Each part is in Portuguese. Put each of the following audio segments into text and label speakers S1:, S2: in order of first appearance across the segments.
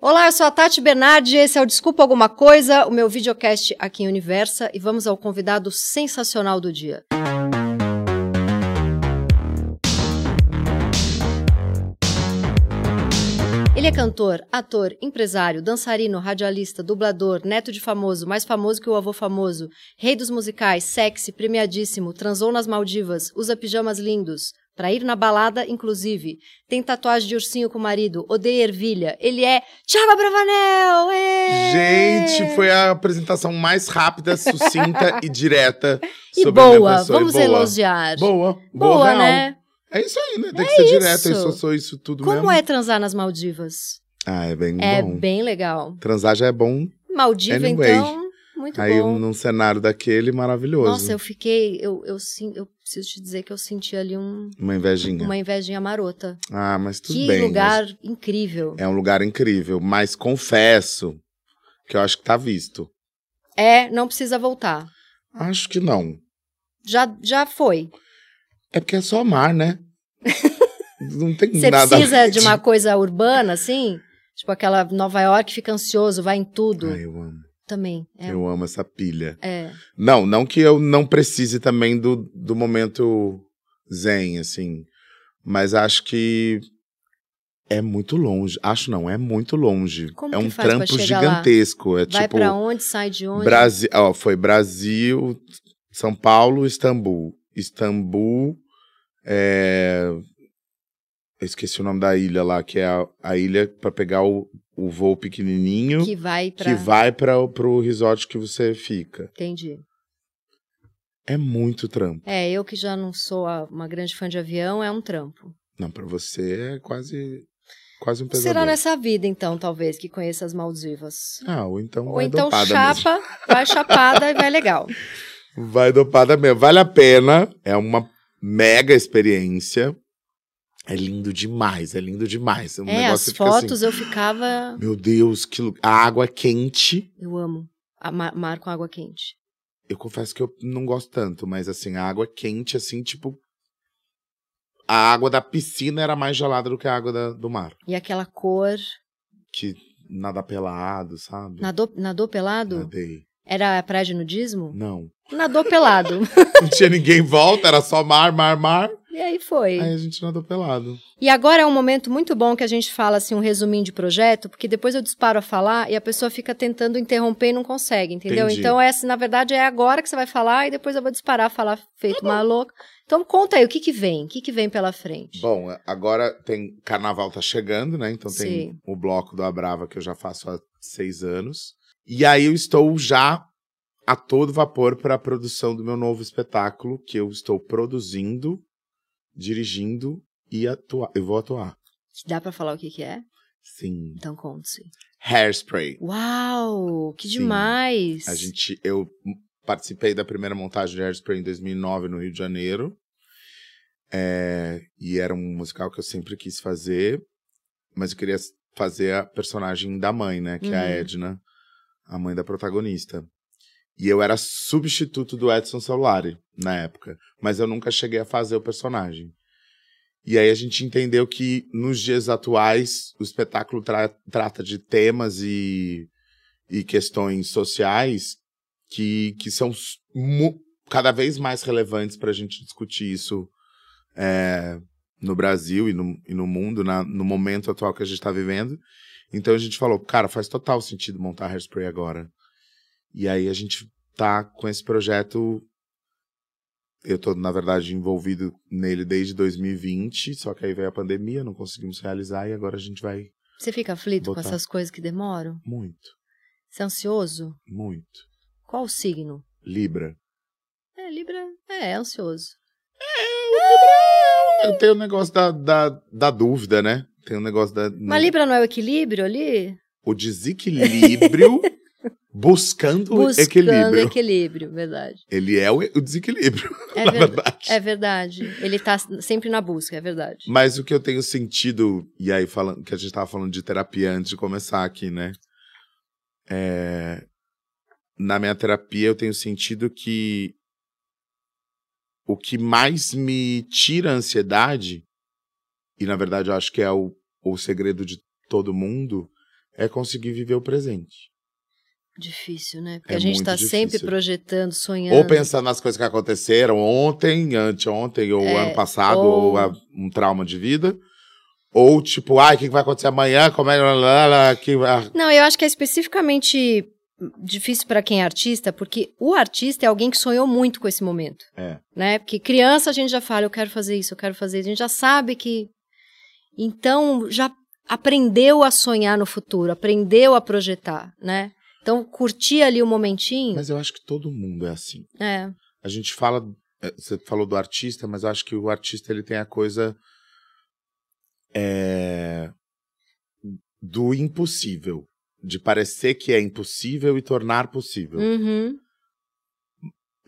S1: Olá, eu sou a Tati Bernardi, esse é o Desculpa Alguma Coisa, o meu videocast aqui em Universa, e vamos ao convidado sensacional do dia. Ele é cantor, ator, empresário, dançarino, radialista, dublador, neto de famoso, mais famoso que o avô famoso, rei dos musicais, sexy, premiadíssimo, transou nas Maldivas, usa pijamas lindos, Pra ir na balada, inclusive. Tem tatuagem de ursinho com o marido, odeia ervilha. Ele é Tchava Bravanel! ê!
S2: Gente, foi a apresentação mais rápida, sucinta e direta
S1: E
S2: sobre a minha
S1: boa,
S2: pessoa. E
S1: vamos
S2: boa.
S1: elogiar.
S2: Boa, boa,
S1: Boa,
S2: real.
S1: né?
S2: É isso aí, né? Tem que ser direto, eu
S1: isso.
S2: sou, sou isso tudo
S1: Como
S2: mesmo.
S1: é transar nas Maldivas?
S2: Ah, é bem
S1: É
S2: bom.
S1: bem legal.
S2: Transar já é bom.
S1: Maldiva,
S2: Anyway.
S1: então, muito
S2: aí
S1: bom.
S2: num cenário daquele, maravilhoso.
S1: Nossa, eu fiquei. Eu, eu, sim- eu preciso te dizer que eu senti ali um-
S2: Uma invejinha.
S1: uma invejinha marota.
S2: Ah, mas é. tudo
S1: que
S2: bem. mas
S1: lugar incrível.
S2: É um lugar incrível, mas confesso que eu acho que tá visto.
S1: É, não precisa voltar.
S2: Acho que não.
S1: Já, já foi.
S2: É porque é só mar, né? não tem
S1: Você
S2: nada.
S1: precisa de uma coisa urbana, assim? Tipo aquela Nova York fica ansioso, vai em tudo.
S2: Ai, eu amo.
S1: Também. É,
S2: Eu amo essa pilha.
S1: é.
S2: Não, não que eu não precise também do, do momento zen, assim. Mas acho que é muito longe. Acho não, é muito longe.
S1: Como
S2: é
S1: que
S2: um
S1: faz pra
S2: trampo
S1: chegar lá?
S2: gigantesco. É
S1: Vai
S2: tipo
S1: pra onde, sai de onde.
S2: Brasil, ó, foi Brasil, São Paulo, Istambul. Istambul, é... eu esqueci o nome da ilha lá, que é a, a ilha pra pegar o, o voo pequenininho que,
S1: Que vai pra.
S2: vai para pro resort que você fica.
S1: Entendi.
S2: É muito trampo.
S1: É, eu que já não sou a- uma grande fã de avião, é um trampo.
S2: Não, pra você é quase quase um pesadelo.
S1: Será nessa vida, então, talvez, que conheça as Maldivas.
S2: Ah, ou então
S1: Ou
S2: vai
S1: então
S2: dopada mesmo.
S1: chapa, vai chapada e vai legal.
S2: Vai dopada mesmo. Vale a pena. É uma mega experiência. É lindo demais, é lindo demais. O
S1: é,
S2: negócio
S1: as
S2: fica assim,
S1: fotos eu ficava.
S2: Meu Deus, que lu- a água é quente.
S1: Eu amo. A ma- mar com água quente.
S2: Eu confesso que eu não gosto tanto, mas assim, a água é quente, assim, tipo. A água da piscina era mais gelada do que a água da- do mar.
S1: E aquela cor.
S2: Que nada pelado, sabe?
S1: Nadou, nadou pelado?
S2: Nadei.
S1: Era praia de nudismo?
S2: Não.
S1: Nadou pelado.
S2: Não tinha ninguém em volta, era só mar, mar, mar.
S1: E aí foi.
S2: Aí a gente nadou pelado.
S1: E agora é um momento muito bom que a gente fala assim um resuminho de projeto, porque depois eu disparo a falar e a pessoa fica tentando interromper e não consegue, entendeu?
S2: Entendi.
S1: Então essa, na verdade, é agora que você vai falar e depois eu vou disparar, falar feito
S2: Tá
S1: uma louca. Então conta aí o que que vem, o que que vem pela frente.
S2: Bom, agora tem carnaval tá chegando, né? Então tem
S1: Sim.
S2: o bloco do Abrava que eu já faço há seis anos. E aí eu estou já a todo vapor para a produção do meu novo espetáculo que eu estou produzindo, dirigindo e atuar. Eu vou atuar.
S1: Dá pra falar o que que é?
S2: Sim.
S1: Então conte-se.
S2: Hairspray.
S1: Uau, que
S2: Sim.
S1: demais!
S2: A gente, eu participei da primeira montagem de Hairspray em 2009 no Rio de Janeiro. É, e era um musical que eu sempre quis fazer, mas eu queria fazer a personagem da mãe, né? Que é a
S1: Uhum.
S2: Edna, a mãe da protagonista. E eu era substituto do Edson Celulari na época, mas eu nunca cheguei a fazer o personagem. E aí a gente entendeu que nos dias atuais o espetáculo tra- trata de temas e e questões sociais que, que são s- mu- cada vez mais relevantes para a gente discutir isso é, no Brasil e no, e no mundo, na- no momento atual que a gente está vivendo. Então a gente falou, cara, faz total sentido montar Hairspray agora. E aí a gente tá com esse projeto. Eu tô, na verdade, envolvido nele desde 2020, só que aí veio a pandemia, não conseguimos realizar e agora a gente vai
S1: Você fica aflito
S2: Botar.
S1: com essas coisas que demoram?
S2: muito,
S1: Você é ansioso?
S2: muito.
S1: Qual o signo?
S2: Libra.
S1: É, Libra é, é ansioso.
S2: Eu tenho o negócio da, da, da dúvida, né? Tem o negócio da.
S1: Mas Libra não é o equilíbrio ali?
S2: O desequilíbrio buscando, o
S1: Buscando
S2: equilíbrio.
S1: equilíbrio, verdade.
S2: Ele é o, o desequilíbrio,
S1: É,
S2: na
S1: ver-
S2: verdade.
S1: é verdade. Ele tá sempre na busca, é verdade.
S2: Mas o que eu tenho sentido, e aí falando que a gente tava falando de terapia antes de começar aqui, né? É, na minha terapia eu tenho sentido que o que mais me tira a ansiedade, e na verdade eu acho que é o, o segredo de todo mundo, é conseguir viver o presente.
S1: Difícil, né? Porque
S2: É
S1: a gente
S2: muito
S1: tá sempre
S2: difícil.
S1: projetando, sonhando.
S2: Ou pensando nas coisas que aconteceram ontem, anteontem, ou
S1: É,
S2: ano passado,
S1: ou-
S2: ou a- um trauma de vida. Ou tipo, ai, o que que vai acontecer amanhã? Como é. lá, lá, lá, que- ah,
S1: Não, eu acho que é especificamente difícil para quem é artista, porque o artista é alguém que sonhou muito com esse momento.
S2: É.
S1: Né? Porque criança a gente já fala, eu quero fazer isso, eu quero fazer isso. A gente já sabe que. Então, já aprendeu a sonhar no futuro, aprendeu a projetar, né? Então, curtir ali o momentinho.
S2: Mas eu acho que todo mundo é assim.
S1: É.
S2: a gente fala eh, você falou do artista mas eu acho que o artista ele tem a coisa eh, do impossível de parecer que é impossível e tornar possível
S1: Uhum.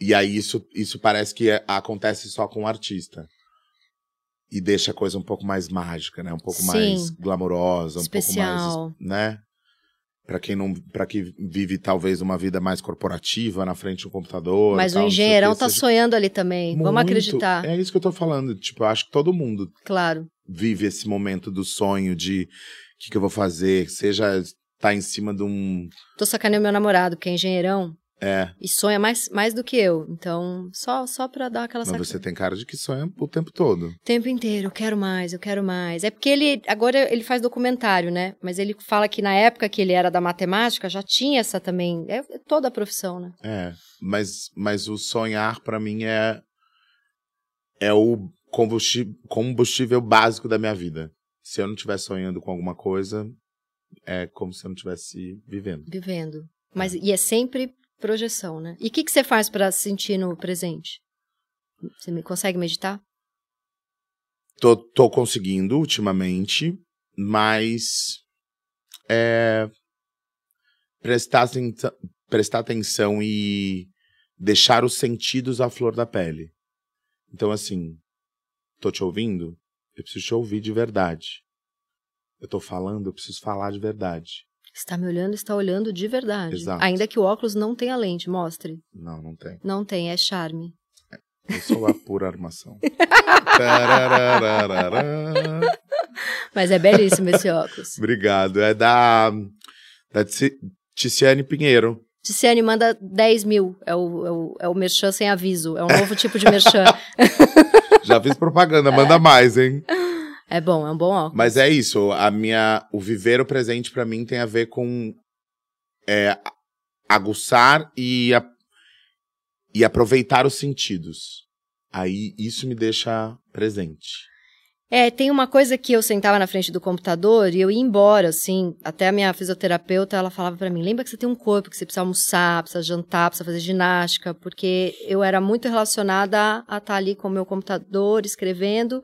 S2: e aí isso isso parece que é- acontece só com o artista e deixa a coisa um pouco mais mágica né um pouco
S1: Sim.
S2: mais glamourosa um pouco
S1: Especial.
S2: mais né Pra quem não para quem vive talvez uma vida mais corporativa na frente de um computador
S1: Mas
S2: tal,
S1: o
S2: não sei quê,
S1: engenheirão tá
S2: seja-
S1: sonhando ali também. Vamos
S2: muito.
S1: acreditar,
S2: É isso que eu tô falando. Tipo, eu acho que todo mundo
S1: claro.
S2: vive esse momento do sonho de o que, que eu vou fazer, seja tá em cima de um.
S1: Tô sacaneando meu namorado, que é engenheirão,
S2: É,
S1: e sonha mais, mais do que eu. Então, só, só pra dar aquela
S2: mas
S1: sacaneada.
S2: você tem cara de que sonha o tempo todo.
S1: O tempo inteiro, eu quero mais, eu quero mais. É porque ele, agora ele faz documentário, né? Mas ele fala que na época que ele era da matemática, já tinha essa também, é toda a profissão, né?
S2: É. Mas, mas o sonhar, pra mim, é. É o combusti- combustível básico da minha vida. Se eu não estiver sonhando com alguma coisa, é como se eu não estivesse vivendo.
S1: Vivendo. Mas, e é sempre projeção, né? E o que, que você faz pra se sentir no presente? Você me- consegue meditar?
S2: Tô, tô conseguindo ultimamente, mas é, prestar, aten- prestar atenção e deixar os sentidos à flor da pele. Então, assim, tô te ouvindo, eu preciso te ouvir de verdade. Eu tô falando, eu preciso falar de verdade.
S1: Está me olhando, está olhando de verdade.
S2: Exato.
S1: Ainda que o óculos não tenha lente, mostre.
S2: Não, não tem.
S1: Não tem, é charme.
S2: Eu sou a pura armação. Tararararará.
S1: Mas é belíssimo esse óculos.
S2: Obrigado. É da, da Tici- Ticiane Pinheiro.
S1: Ticiane manda 10 mil. É o, é, o, é o merchan sem aviso. É um novo tipo de merchan.
S2: Já fiz propaganda, manda mais, hein?
S1: É bom, é um bom óculos.
S2: Mas é isso, a minha, o viver o presente pra mim tem a ver com é, aguçar e, a- e aproveitar os sentidos. Aí isso me deixa presente.
S1: É, tem uma coisa que eu sentava na frente do computador e eu ia embora, assim. Até a minha fisioterapeuta, ela falava pra mim: lembra que você tem um corpo, que você precisa almoçar, precisa jantar, precisa fazer ginástica, porque eu era muito relacionada a- a estar ali com o meu computador, escrevendo.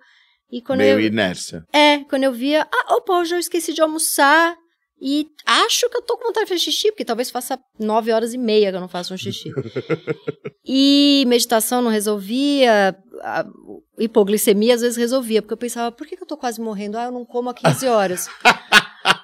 S1: E quando
S2: Meio
S1: eu.
S2: inércia.
S1: É, quando eu via, ah, opa, hoje eu esqueci de almoçar. E acho que eu tô com vontade de fazer xixi, porque talvez faça nove horas e meia que eu não faço um xixi. e meditação não resolvia, a hipoglicemia às vezes resolvia, porque eu pensava, por que, que eu tô quase morrendo? Ah, eu não como há 15 horas.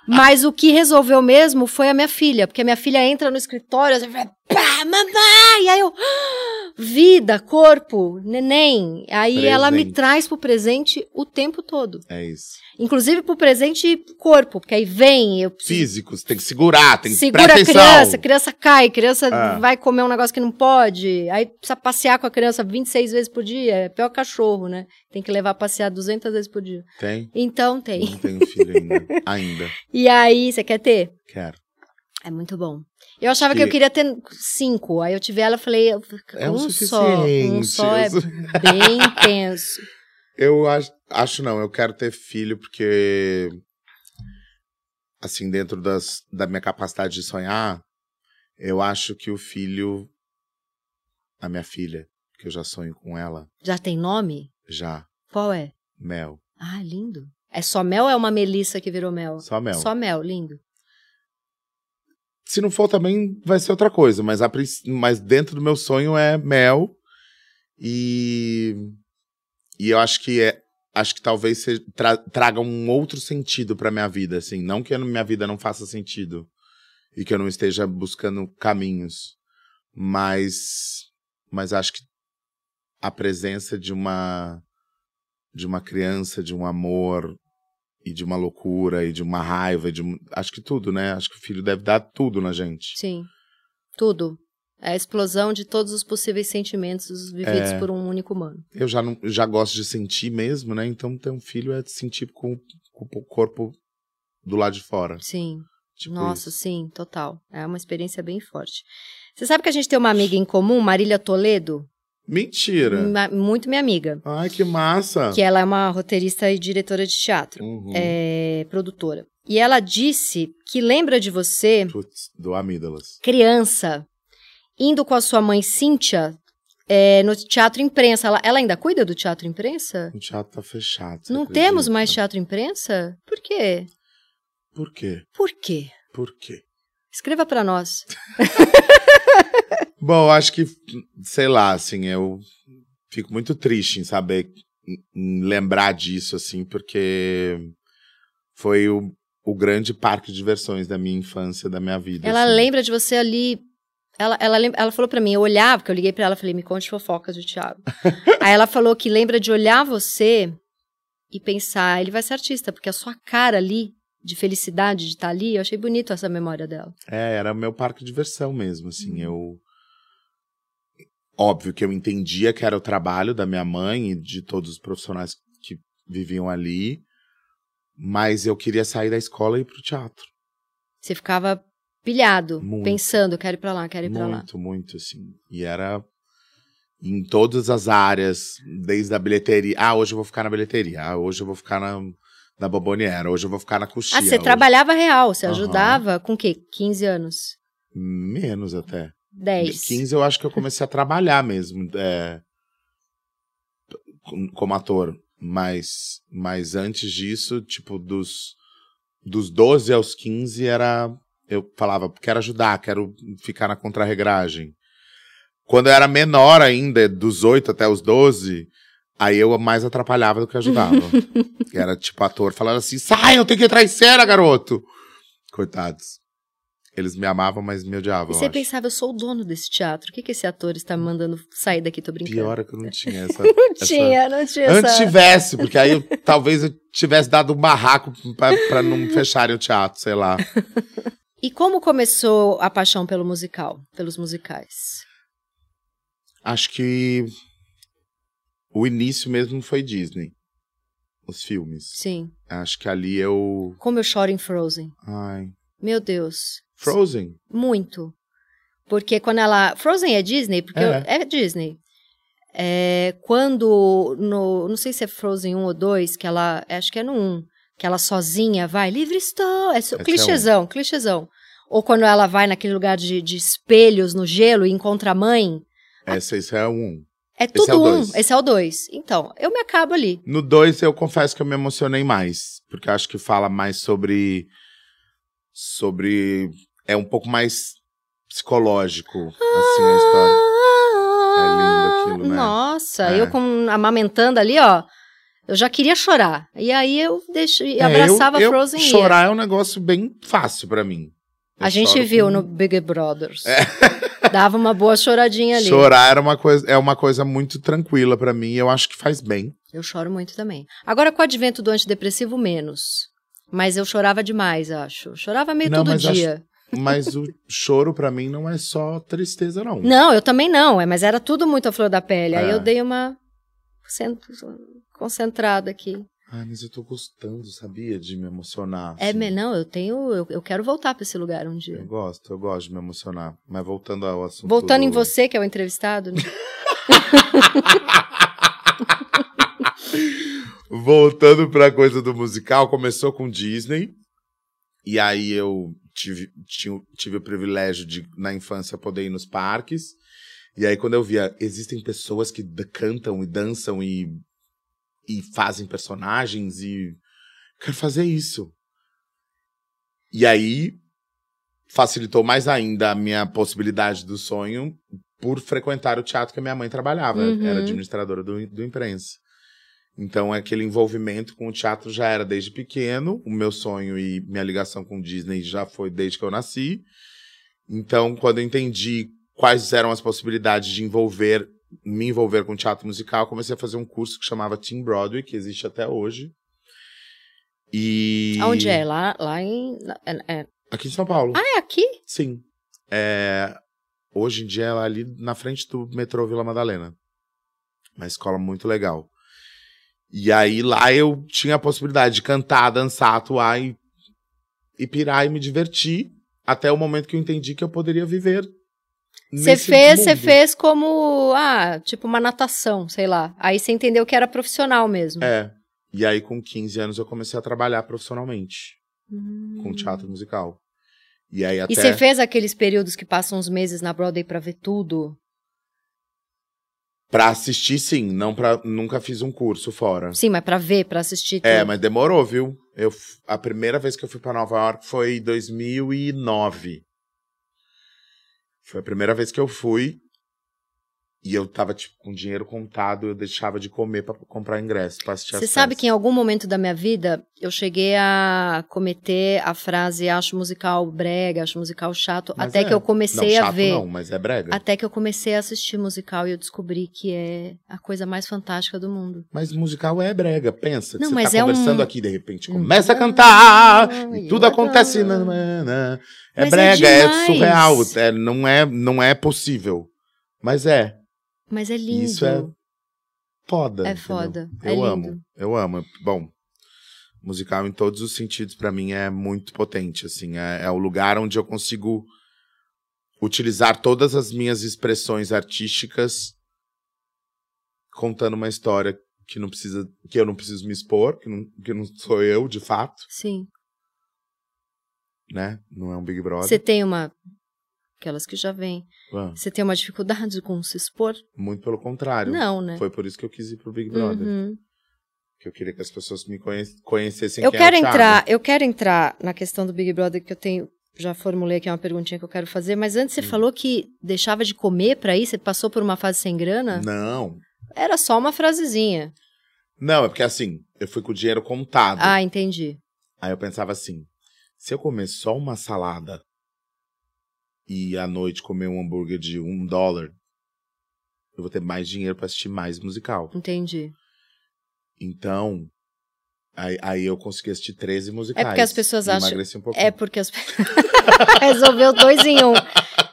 S1: Mas o que resolveu mesmo foi a minha filha, porque a minha filha entra no escritório, assim, vai, pá, mamãe! E aí eu, "Ah, vida, corpo, neném. Aí ela me
S2: Presente.
S1: traz pro presente o tempo todo.
S2: É isso.
S1: Inclusive pro presente corpo, porque aí vem, eu preciso-
S2: Físicos, tem que segurar, tem que
S1: segura
S2: prestar
S1: a
S2: atenção.
S1: criança, a criança cai, a criança
S2: Ah.
S1: vai comer um negócio que não pode, aí precisa passear com a criança 26 vezes por dia, é pior cachorro, né? Tem que levar a passear 200 vezes por dia.
S2: Tem?
S1: Então tem.
S2: Não tenho filho ainda. Ainda.
S1: E aí, você quer ter?
S2: Quero.
S1: É muito bom. Eu achava que,
S2: Que-
S1: eu queria ter cinco, aí eu tive ela, eu falei, eu-
S2: É o
S1: um só, um
S2: suficiente,
S1: só
S2: eu
S1: é
S2: sou-
S1: bem intenso.
S2: Eu acho, acho não, eu quero ter filho porque assim, dentro das, da minha capacidade de sonhar, eu acho que o filho a minha filha, que eu já sonho com ela,
S1: Já tem nome?
S2: já
S1: Qual é?
S2: Mel,
S1: Ah, lindo. É só mel ou é uma melissa que virou mel?
S2: só Mel.
S1: Só mel, lindo.
S2: Se não for também vai ser outra coisa, mas a princ- mas dentro do meu sonho é Mel e e eu acho que é acho que talvez se- tra- traga um outro sentido pra minha vida, assim, não que a minha vida não faça sentido e que eu não esteja buscando caminhos, mas mas acho que a presença de uma de uma criança, de um amor e de uma loucura, e de uma raiva, e de. um- Acho que tudo, né? Acho que o filho deve dar tudo na gente.
S1: Sim. Tudo. É a explosão de todos os possíveis sentimentos vividos
S2: É.
S1: por um único humano.
S2: Eu já, não, já gosto de sentir mesmo, né? Então ter um filho é sentir com, com o corpo do lado de fora.
S1: Sim.
S2: Tipo
S1: Nossa,
S2: isso.
S1: sim, total. É uma experiência bem forte. Você sabe que a gente tem uma amiga em comum, Marília Toledo?
S2: Mentira!
S1: Ma- muito minha amiga.
S2: Ai, que massa!
S1: Hum. Que ela é uma roteirista e diretora de teatro,
S2: Uhum.
S1: é, produtora. E ela disse que lembra de você,
S2: Putz, do Amígdalas.
S1: criança, indo com a sua mãe Cíntia é, no teatro imprensa. Ela, ela ainda cuida do teatro imprensa?
S2: O teatro tá fechado. você
S1: Não
S2: acredita?
S1: temos mais teatro imprensa? Por quê?
S2: Por quê?
S1: Por quê?
S2: Por quê?
S1: Escreva pra nós.
S2: Bom, acho que, sei lá, assim, eu fico muito triste em saber, em- em lembrar disso, assim, porque foi o, o grande parque de diversões da minha infância, da minha vida.
S1: Ela
S2: assim.
S1: lembra de você ali. Ela, ela, lem- ela falou pra mim, eu olhava, porque eu liguei pra ela, falei, me conte fofocas do Thiago. Aí ela falou que lembra de olhar você e pensar, ele vai ser artista, porque a sua cara ali, de felicidade de estar ali, eu achei bonito essa memória dela.
S2: É, era meu parque de diversão mesmo,
S1: Uhum.
S2: assim, eu... Óbvio que eu entendia que era o trabalho da minha mãe e de todos os profissionais que viviam ali, mas eu queria sair da escola e ir pro teatro.
S1: Você ficava pilhado,
S2: Muito.
S1: pensando, quero ir pra lá, quero ir pra lá.
S2: Muito, muito, assim. E era em todas as áreas, desde a bilheteria. Ah, hoje eu vou ficar na bilheteria. Ah, hoje eu vou ficar na, na bomboniera. Hoje eu vou ficar na coxinha.
S1: Ah, você
S2: hoje-
S1: trabalhava real, você
S2: Aham.
S1: ajudava com o quê? 15 anos?
S2: Menos até.
S1: 10.
S2: 15 eu acho que eu comecei a trabalhar mesmo, é, com- como ator. Mas, mas antes disso, tipo, dos, dos 12 aos 15 era. Eu falava, quero ajudar, quero ficar na contrarregragem. Quando eu era menor ainda, dos 8 até os 12, aí eu mais atrapalhava do que ajudava. Que era tipo ator falando assim: sai, eu tenho que entrar em cena, garoto! Coitados. Eles me amavam, mas me odiavam.
S1: E
S2: eu
S1: você
S2: acho.
S1: pensava, eu sou o dono desse teatro, o que, que esse ator está me mandando sair daqui, tô brincando.
S2: Pior é que eu não tinha essa.
S1: Não
S2: essa-
S1: tinha, não tinha
S2: Antes
S1: essa...
S2: tivesse, porque aí eu- talvez eu tivesse dado um barraco pra, pra não fecharem o teatro, sei lá.
S1: E como começou a paixão pelo musical, pelos musicais?
S2: Acho que o início mesmo foi Disney. Os filmes.
S1: Sim.
S2: Acho que ali eu.
S1: Como eu choro em Frozen.
S2: Ai.
S1: Meu Deus.
S2: Frozen?
S1: Muito. Porque quando ela. Frozen é Disney? Porque
S2: É.
S1: eu- é, Disney. É, quando. No, não sei se é Frozen 1 ou 2, que ela. Acho que é no 1. Que ela sozinha vai, livre estou. É, só-
S2: Esse é
S1: clichêzão, clichêzão. Ou quando ela vai naquele lugar de, de espelhos no gelo e encontra a mãe.
S2: Essa, esse é um.
S1: É
S2: é o
S1: tudo um.
S2: dois.
S1: Esse é o 2. Então, eu me acabo ali.
S2: No 2, eu confesso que eu me emocionei mais. Porque eu acho que fala mais sobre. Sobre. É um pouco mais psicológico, assim,
S1: Ah,
S2: a história. É lindo aquilo, né?
S1: Nossa,
S2: É.
S1: eu com, amamentando ali, ó. Eu já queria chorar. E aí eu deixei,
S2: É,
S1: abraçava
S2: eu,
S1: Frozen
S2: eu,
S1: e ia.
S2: Chorar é um negócio bem fácil pra mim. Eu
S1: A gente
S2: choro
S1: viu
S2: com- É.
S1: no Big Brothers. Dava uma boa choradinha ali.
S2: Chorar era uma coisa, é uma coisa muito tranquila pra mim e eu acho que faz bem.
S1: Eu choro muito também. Agora, com o advento do antidepressivo, menos. Mas eu chorava demais, acho. Chorava meio
S2: Não,
S1: todo
S2: mas acho-
S1: dia.
S2: Mas o choro pra mim não é só tristeza, não.
S1: Não, eu também não, é, mas era tudo muito à flor da pele. Aí
S2: É.
S1: eu dei uma cen- concentrada aqui.
S2: Ai, mas eu tô gostando, sabia? De me emocionar.
S1: É,
S2: assim.
S1: me- não, eu tenho. Eu, eu quero voltar pra esse lugar um dia.
S2: Eu gosto, eu gosto de me emocionar. Mas voltando ao assunto.
S1: Voltando em
S2: do-
S1: você, que é o entrevistado, né?
S2: Voltando pra coisa do musical, começou com Disney. E aí eu tive, tinha- tive o privilégio de, na infância, poder ir nos parques. E aí quando eu via, existem pessoas que da- cantam e dançam e, e fazem personagens e... Quero fazer isso. E aí facilitou mais ainda a minha possibilidade do sonho por frequentar o teatro que a minha mãe trabalhava.
S1: Uhum.
S2: Era administradora do, do imprensa. Então, aquele envolvimento com o teatro já era desde pequeno. O meu sonho e minha ligação com o Disney já foi desde que eu nasci. Então, quando eu entendi quais eram as possibilidades de envolver, me envolver com teatro musical, eu comecei a fazer um curso que chamava Team Broadway, que existe até hoje. E.
S1: Aonde é? Lá, lá em. na- é- é-
S2: Aqui em São Paulo.
S1: Ah, é aqui?
S2: Sim. É, hoje em dia ela é ali na frente do metrô Vila Madalena. Uma escola muito legal. E aí lá eu tinha a possibilidade de cantar, dançar, atuar e, e pirar e me divertir. Até o momento que eu entendi que eu poderia viver.
S1: Você
S2: nesse
S1: fez, você
S2: mundo.
S1: fez como. Ah, tipo uma natação, sei lá. Aí você entendeu que era profissional mesmo.
S2: É. E aí com 15 anos eu comecei a trabalhar profissionalmente
S1: Hum.
S2: com teatro musical. E aí até...
S1: E você fez aqueles períodos que passam uns meses na Broadway pra ver tudo?
S2: Pra assistir, sim. Não pra... Nunca fiz um curso fora.
S1: Sim, mas pra ver, pra assistir tudo.
S2: É, mas demorou, viu? Eu, f- a primeira vez que eu fui pra Nova York foi em 2009. Foi a primeira vez que eu fui. E eu tava, tipo, com dinheiro contado, eu deixava de comer pra comprar ingresso, pra assistir
S1: Você
S2: as
S1: sabe
S2: peças.
S1: que em algum momento da minha vida eu cheguei a cometer a frase acho musical brega, acho musical chato,
S2: Mas
S1: até
S2: é.
S1: que eu
S2: Não,
S1: comecei
S2: chato
S1: a ver.
S2: não, mas é brega.
S1: Até que eu comecei a assistir musical e eu descobri que é a coisa mais fantástica do mundo.
S2: Mas musical é brega, pensa. que
S1: Não,
S2: você
S1: mas
S2: tá
S1: é
S2: conversando
S1: um-
S2: aqui, de repente
S1: um-
S2: começa a cantar,
S1: Ah,
S2: e
S1: eu
S2: tudo acontece.
S1: adoro.
S2: na- na- na. É
S1: Mas é
S2: brega, é,
S1: demais.
S2: surreal, é, não, é, não é possível. Mas é.
S1: Mas é lindo.
S2: Isso é foda.
S1: É
S2: entendeu?
S1: foda, é
S2: Eu
S1: lindo.
S2: amo, eu amo. Bom, musical em todos os sentidos pra mim é muito potente, assim. É, é o lugar onde eu consigo utilizar todas as minhas expressões artísticas contando uma história que não precisa, que eu não preciso me expor, que não, que não sou eu de fato,
S1: Sim.
S2: né? Não é um Big
S1: Você
S2: Brother.
S1: tem uma. Aquelas que já vêm.
S2: Ah,
S1: Você tem uma dificuldade com se expor?
S2: Muito pelo contrário.
S1: Não, né?
S2: Foi por isso que eu quis ir pro Big Brother,
S1: Uhum.
S2: que eu queria que as pessoas me conhe- conhecessem.
S1: Eu
S2: quem
S1: quero
S2: é o Thiago.
S1: entrar, eu quero entrar na questão do Big Brother que eu tenho, já formulei aqui uma perguntinha que eu quero fazer, mas antes você
S2: Hum.
S1: falou que deixava de comer pra ir, você passou por uma fase sem grana?
S2: Não,
S1: Era só uma frasezinha.
S2: Não, é porque assim, eu fui com o dinheiro contado.
S1: Ah, entendi.
S2: Aí eu pensava assim: se eu comer só uma salada e à noite comer um hambúrguer de um dólar, eu vou ter mais dinheiro pra assistir mais musical.
S1: Hum. Entendi.
S2: Então, aí, aí eu consegui assistir 13 musicais.
S1: É porque as pessoas
S2: e
S1: acham-
S2: Emagreci um pouquinho.
S1: É porque as resolveu dois em um.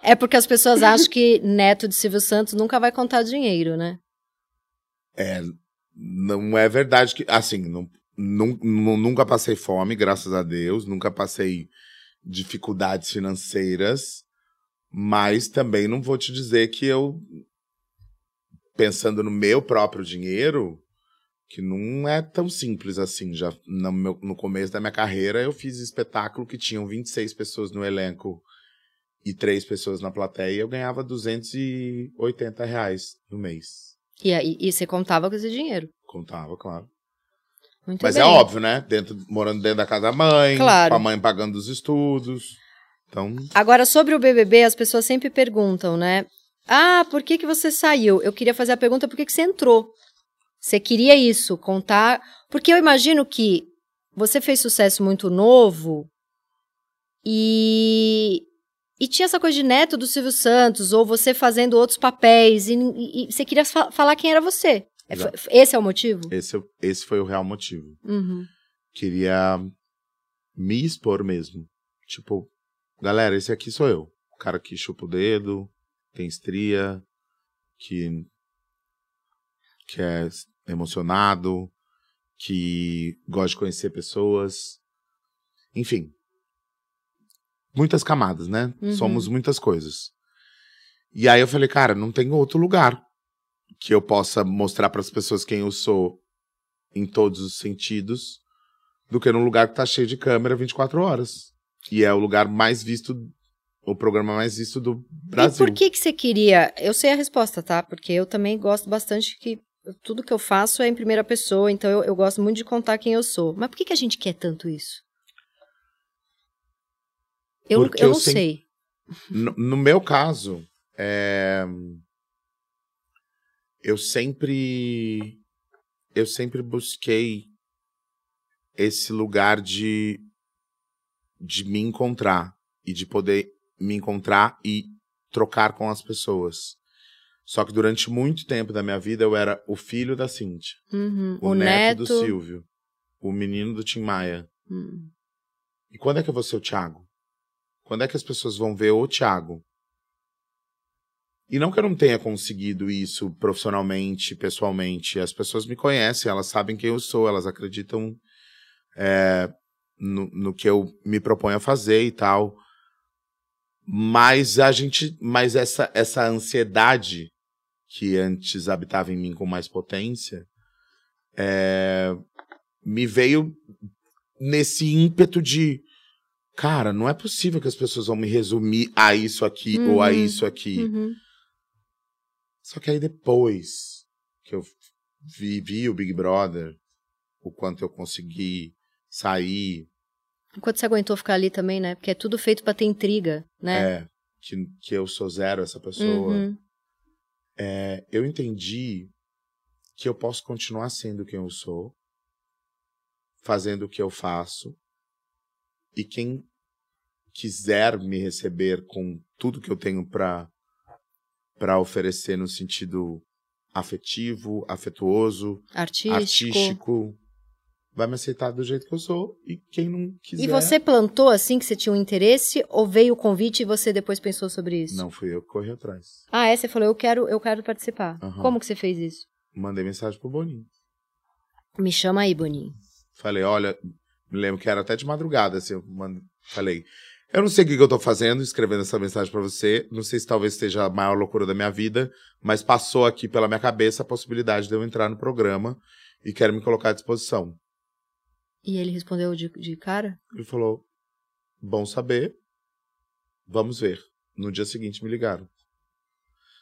S1: É porque as pessoas acham que neto de Silvio Santos nunca vai contar dinheiro, né?
S2: Não é verdade que. Assim, não, nun- nu- nunca passei fome, graças a Deus. Nunca passei dificuldades financeiras. Mas também não vou te dizer que eu. Pensando no meu próprio dinheiro, que não é tão simples assim. Já no, meu- no começo da minha carreira, eu fiz espetáculo que tinham 26 pessoas no elenco e três pessoas na plateia. E eu ganhava 280 reais no mês.
S1: E, aí- e você contava com esse dinheiro.
S2: Contava, claro.
S1: Muito
S2: Mas
S1: bem.
S2: é óbvio, né? Dentro, morando dentro da casa da mãe,
S1: Claro.
S2: com a mãe pagando os estudos. Então,
S1: Agora, sobre o BBB, as pessoas sempre perguntam, né? Ah, por que, que você saiu? Eu queria fazer a pergunta, por que, que você entrou? Você queria isso, contar... Porque eu imagino que você fez sucesso muito novo e... E tinha essa coisa de neto do Silvio Santos, ou você fazendo outros papéis, e, e- e você queria fa- falar quem era você. É,
S2: Exato.
S1: f- Esse é o motivo?
S2: esse, eu- esse foi o real motivo.
S1: Uhum.
S2: Queria me expor mesmo. Tipo, galera, esse aqui sou eu. O cara que chupa o dedo, tem estria, que, que é emocionado, que gosta de conhecer pessoas. Enfim, muitas camadas, né?
S1: Uhum.
S2: Somos muitas coisas. E aí eu falei, cara, não tem outro lugar que eu possa mostrar para as pessoas quem eu sou em todos os sentidos do que num lugar que tá cheio de câmera 24 horas. E é o lugar mais visto, o programa mais visto do Brasil.
S1: E por que que você queria? Eu sei a resposta, tá? Porque eu também gosto bastante que tudo que eu faço é em primeira pessoa, então eu, eu gosto muito de contar quem eu sou. Mas por que que a gente quer tanto isso? Eu, não-
S2: Porque
S1: eu
S2: eu
S1: não
S2: sei-
S1: sei.
S2: No, no meu caso, é, eu sempre eu sempre busquei esse lugar de de me encontrar e de poder me encontrar e trocar com as pessoas. Só que durante muito tempo da minha vida eu era o filho da Cintia,
S1: Uhum.
S2: o, neto, do Silvio, o menino do Tim Maia,
S1: Hum.
S2: E quando é que eu vou ser o Thiago? Quando é que as pessoas vão ver o Thiago? E não que eu não tenha conseguido isso profissionalmente, pessoalmente. As pessoas me conhecem, elas sabem quem eu sou, elas acreditam é, no, no que eu me proponho a fazer e tal. Mas a gente. Mas essa, essa ansiedade que antes habitava em mim com mais potência é, me veio nesse ímpeto de. Cara, não é possível que as pessoas vão me resumir a isso aqui ou a
S1: Uhum.
S2: isso aqui.
S1: Uhum.
S2: Só que aí depois que eu vi, vi o Big Brother, o quanto eu consegui sair,
S1: Enquanto você aguentou ficar ali também, né? Porque é tudo feito pra ter intriga, né?
S2: é, que, que eu sou zero essa pessoa,
S1: Uhum.
S2: é, eu entendi que eu posso continuar sendo quem eu sou, fazendo o que eu faço, e quem quiser me receber com tudo que eu tenho pra para oferecer no sentido afetivo, afetuoso,
S1: Artístico.
S2: artístico. vai me aceitar do jeito que eu sou e quem não quiser.
S1: E você plantou assim que você tinha um interesse ou veio o convite e você depois pensou sobre isso?
S2: Não fui eu que corri atrás.
S1: Ah, é, você falou eu quero, eu quero participar.
S2: Aham.
S1: Como que você fez isso?
S2: Mandei mensagem pro Boninho.
S1: Me chama aí, Boninho.
S2: Falei, olha, me lembro que era até de madrugada, assim, eu mand- falei. Eu não sei o que, que eu tô fazendo, escrevendo essa mensagem pra você. Não sei se talvez seja a maior loucura da minha vida, mas passou aqui pela minha cabeça a possibilidade de eu entrar no programa e quero me colocar à disposição.
S1: E ele respondeu de, de cara?
S2: Ele falou: Bom saber, vamos ver. No dia seguinte me ligaram.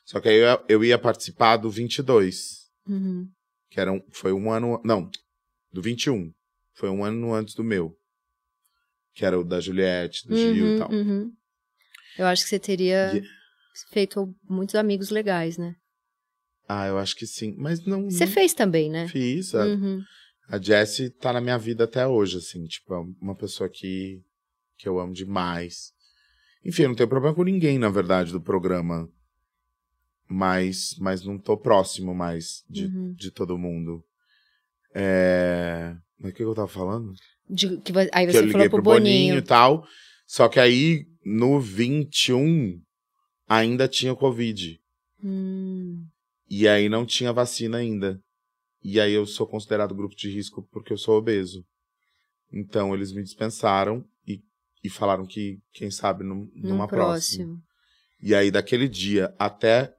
S2: Só que aí eu, eu ia participar do 22,
S1: Uhum.
S2: que era um, foi um ano. Não, do 21. Foi um ano antes do meu. Que era o da Juliette, do Gil e
S1: Uhum,
S2: tal.
S1: uhum. Eu acho que você teria
S2: E-
S1: feito muitos amigos legais, né?
S2: Ah, eu acho que sim. Mas não,
S1: Você
S2: não
S1: fez também, né?
S2: Uhum. fiz. é. tá. A,
S1: Uhum.
S2: a Jessie tá na minha vida até hoje, assim. Tipo, é uma pessoa que, que eu amo demais. Enfim, eu não tenho problema com ninguém, na verdade, do programa. Mas, mas não tô próximo mais de,
S1: uhum.
S2: de todo mundo. É... Mas o que que eu tava falando?
S1: De- que vo- aí
S2: que eu
S1: você
S2: liguei
S1: falou
S2: pro
S1: pro
S2: Boninho e
S1: Boninho.
S2: tal. Só que aí, no 21, ainda tinha Covid.
S1: Hum,
S2: E aí não tinha vacina ainda. E aí eu sou considerado grupo de risco porque eu sou obeso. Então eles me dispensaram e, e falaram que, quem sabe, num-
S1: num
S2: numa próxima.
S1: Hum, próximo.
S2: E aí, daquele dia até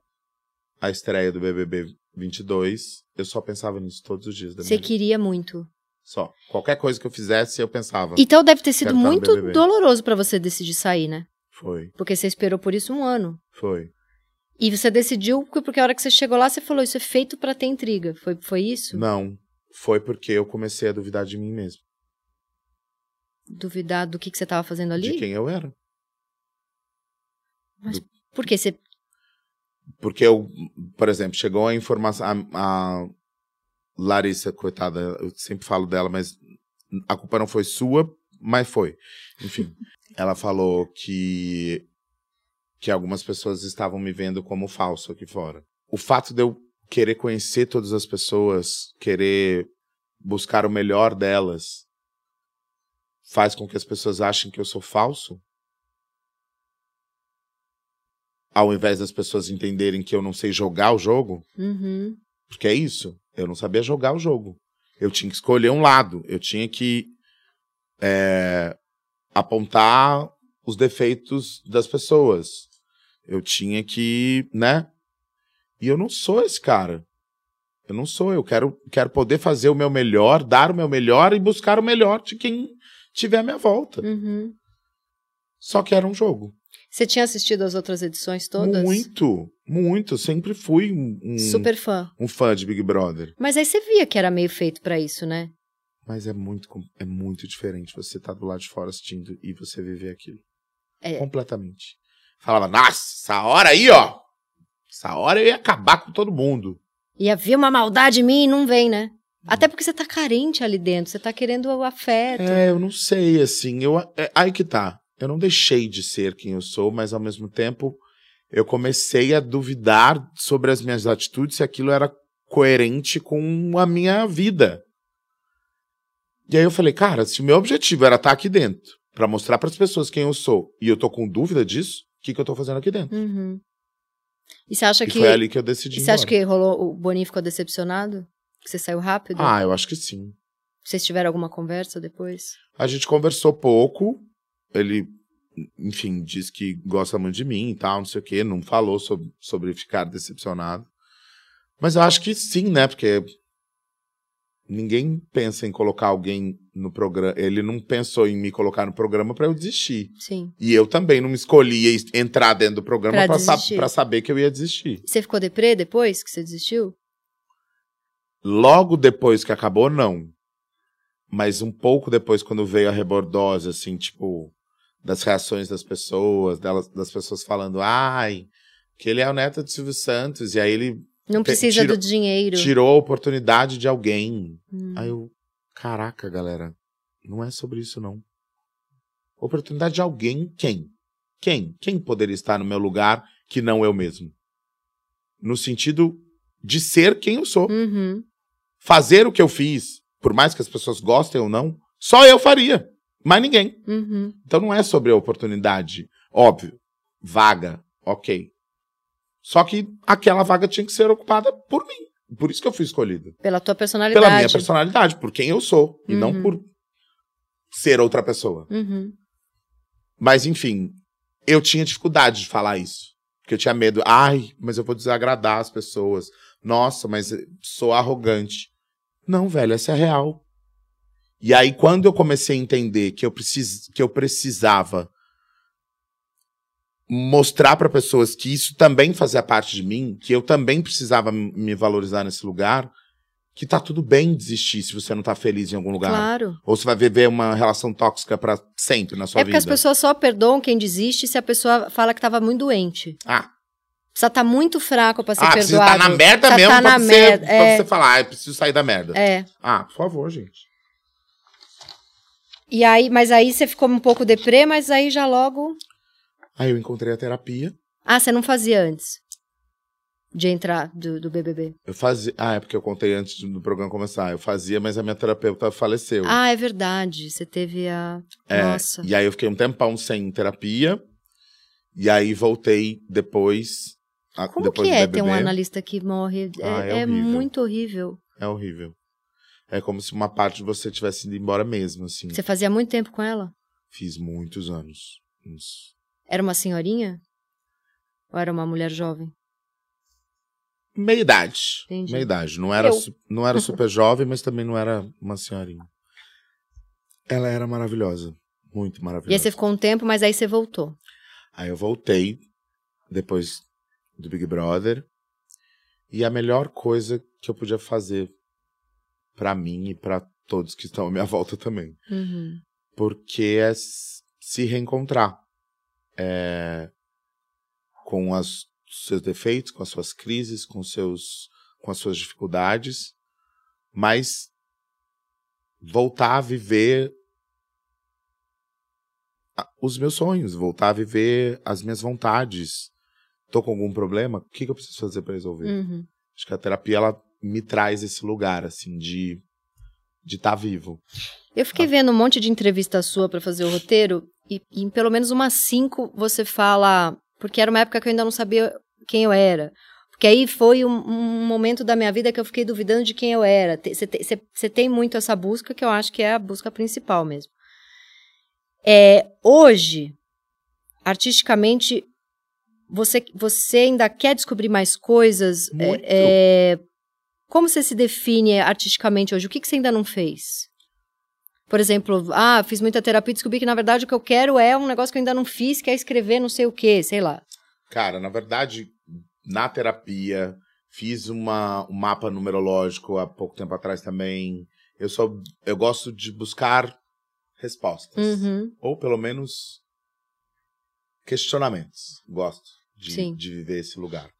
S2: a estreia do BBB 22, eu só pensava nisso todos os dias da
S1: Você
S2: minha vida.
S1: queria muito.
S2: Só. Qualquer coisa que eu fizesse, eu pensava.
S1: Então deve ter sido
S2: Quero estar no
S1: muito
S2: BBB.
S1: doloroso pra você decidir sair, né?
S2: Foi,
S1: Porque você esperou por isso um ano.
S2: foi.
S1: E você decidiu, porque porque a hora que você chegou lá, você falou, isso é feito pra ter intriga. Foi, foi isso?
S2: Não. Foi porque eu comecei a duvidar de mim mesmo.
S1: Duvidar do que, que você tava fazendo
S2: De
S1: ali?
S2: quem eu era.
S1: Porque você...
S2: Porque eu, por exemplo, chegou a informação. A, a Larissa, coitada, eu sempre falo dela, mas a culpa não foi sua, mas foi. Enfim, ela falou que que algumas pessoas estavam me vendo como falso aqui fora. O fato de eu querer conhecer todas as pessoas, querer buscar o melhor delas, faz com que as pessoas achem que eu sou falso? Ao invés das pessoas entenderem que eu não sei jogar o jogo?
S1: Uhum.
S2: Porque é isso. Eu não sabia jogar o jogo. Eu tinha que escolher um lado. Eu tinha que é, apontar os defeitos das pessoas. Eu tinha que, né? E eu não sou esse cara. Eu não sou. Eu quero, quero poder fazer o meu melhor, dar o meu melhor e buscar o melhor de quem tiver à minha volta.
S1: Uhum.
S2: Só que era um jogo.
S1: Você tinha assistido as outras edições todas?
S2: Muito, muito. Sempre fui um, um-
S1: Super fã.
S2: um fã de Big Brother.
S1: Mas aí você via que era meio feito pra isso, né?
S2: Mas é muito, com- é muito diferente você estar do lado de fora assistindo e você viver aquilo.
S1: É.
S2: Completamente. Falava, nossa, essa hora aí, ó. Essa hora eu ia acabar com todo mundo.
S1: E havia uma maldade em mim e não vem, né? Até porque você tá carente ali dentro, você tá querendo o afeto.
S2: É, eu não sei, assim. Eu, é, aí que tá. Eu não deixei de ser quem eu sou, mas ao mesmo tempo eu comecei a duvidar sobre as minhas atitudes se aquilo era coerente com a minha vida. E aí eu falei, cara, se o meu objetivo era estar aqui dentro pra mostrar pras pessoas quem eu sou e eu tô com dúvida disso, o que, que eu tô fazendo aqui dentro?
S1: Uhum. E você acha
S2: É. E
S1: que.
S2: foi ali que eu decidi.
S1: e
S2: ir
S1: você acha
S2: embora.
S1: que rolou o Boninho ficou decepcionado? Que você saiu rápido?
S2: Ah, eu acho que sim.
S1: Vocês tiveram alguma conversa depois?
S2: A gente conversou pouco. Ele, enfim, diz que gosta muito de mim e tal, não sei o quê. Não falou sobre, sobre ficar decepcionado. Mas eu acho que sim, né? Porque ninguém pensa em colocar alguém no programa. Ele não pensou em me colocar no programa pra eu desistir.
S1: Sim.
S2: E eu também não escolhi es- entrar dentro do programa
S1: Pra
S2: pra, sa-
S1: desistir.
S2: pra saber que eu ia desistir.
S1: E você ficou deprê depois que você desistiu?
S2: Logo depois que acabou, não. Mas um pouco depois, quando veio a rebordose, assim, tipo, das reações das pessoas, delas, das pessoas falando, ai, que ele é o neto de Silvio Santos, e aí ele
S1: Não
S2: Pe-
S1: precisa
S2: tirou-
S1: do dinheiro.
S2: tirou a oportunidade de alguém.
S1: Hum.
S2: Aí eu, caraca, galera, não é sobre isso, não. Oportunidade de alguém, quem? Quem? Quem poderia estar no meu lugar que não eu mesmo? No sentido de ser quem eu sou.
S1: Uhum.
S2: Fazer o que eu fiz, por mais que as pessoas gostem ou não, só eu faria. Mais ninguém.
S1: Uhum.
S2: Então não é sobre a oportunidade. Óbvio. Vaga, ok. Só que aquela vaga tinha que ser ocupada por mim. Por isso que eu fui escolhido
S1: Pela tua personalidade.
S2: pela minha personalidade, por quem eu sou, e não
S1: Uhum.
S2: por ser outra pessoa.
S1: Uhum.
S2: Mas, enfim, eu tinha dificuldade de falar isso. Porque eu tinha medo. Ai, mas eu vou desagradar as pessoas. Nossa, mas eh, sou arrogante. Não, velho, essa é a real. E aí, quando eu comecei a entender que eu, precis... que eu precisava mostrar para pessoas que isso também fazia parte de mim, que eu também precisava m- me valorizar nesse lugar, que tá tudo bem desistir se você não tá feliz em algum lugar.
S1: Claro.
S2: Ou você vai viver uma relação tóxica para sempre na sua
S1: é porque
S2: vida.
S1: as pessoas só perdoam quem desiste se a pessoa fala que tava muito doente.
S2: Ah,
S1: Precisa tá muito fraco pra ser
S2: ah precisa
S1: perdoado.
S2: estar na merda
S1: Tá-
S2: mesmo
S1: tá
S2: pra,
S1: na
S2: você,
S1: merda,
S2: pra
S1: é.
S2: você falar, ah, eu preciso sair da merda.
S1: É.
S2: Ah, por favor, gente.
S1: E aí, mas aí você ficou um pouco deprê, mas aí já logo.
S2: Aí eu encontrei a terapia.
S1: Ah, você não fazia antes de entrar do, do BBB.
S2: Eu fazia. Ah, é porque eu contei antes do programa começar. Eu fazia, mas a minha terapeuta faleceu.
S1: Ah, é verdade. Você teve a.
S2: É,
S1: Nossa.
S2: E aí eu fiquei um tempão sem terapia. E aí voltei depois. a-
S1: Como
S2: depois
S1: que
S2: do
S1: é
S2: BBB.
S1: ter um analista que morre? É,
S2: Ah, é
S1: é
S2: horrível.
S1: muito horrível.
S2: É horrível. É como se uma parte de você tivesse ido embora mesmo, assim.
S1: Você fazia muito tempo com ela?
S2: Fiz muitos anos. Uns-
S1: Era uma senhorinha? Ou era uma mulher jovem?
S2: Meia idade.
S1: Entendi.
S2: Meia idade. Não era,
S1: Eu.
S2: su- não era super jovem, mas também não era uma senhorinha. Ela era maravilhosa. Muito
S1: E aí
S2: maravilhosa.
S1: você ficou um tempo, mas aí você voltou.
S2: Aí eu voltei depois do Big Brother. E a melhor coisa que eu podia fazer pra mim e pra todos que estão à minha volta também.
S1: Uhum.
S2: Porque é s- se reencontrar é, com os seus defeitos, com as suas crises, com, seus, com as suas dificuldades, mas voltar a viver a- os meus sonhos, voltar a viver as minhas vontades. Tô com algum problema? O que, que eu preciso fazer pra resolver?
S1: Uhum.
S2: Acho que a terapia ela me traz esse lugar assim de de estar vivo.
S1: Eu fiquei vendo um monte de entrevista sua pra fazer o roteiro e, e em pelo menos umas cinco você fala, porque era uma época que eu ainda não sabia quem eu era. Porque aí foi um, um momento da minha vida que eu fiquei duvidando de quem eu era. Você tem muito essa busca que eu acho que é a busca principal mesmo. É, hoje, artisticamente, você, você ainda quer descobrir mais coisas? É,
S2: Muito.
S1: é, como você se define eh, artisticamente hoje? O que, que você ainda não fez? Por exemplo, ah, fiz muita terapia e descobri que, na verdade, o que eu quero é um negócio que eu ainda não fiz, que é escrever não sei o quê, sei lá.
S2: Cara, na verdade, na terapia, fiz uma, um mapa numerológico há pouco tempo atrás também. Eu sou, eu gosto de buscar respostas
S1: Uhum,
S2: ou pelo menos questionamentos. Gosto de,
S1: Sim.
S2: de viver esse lugar.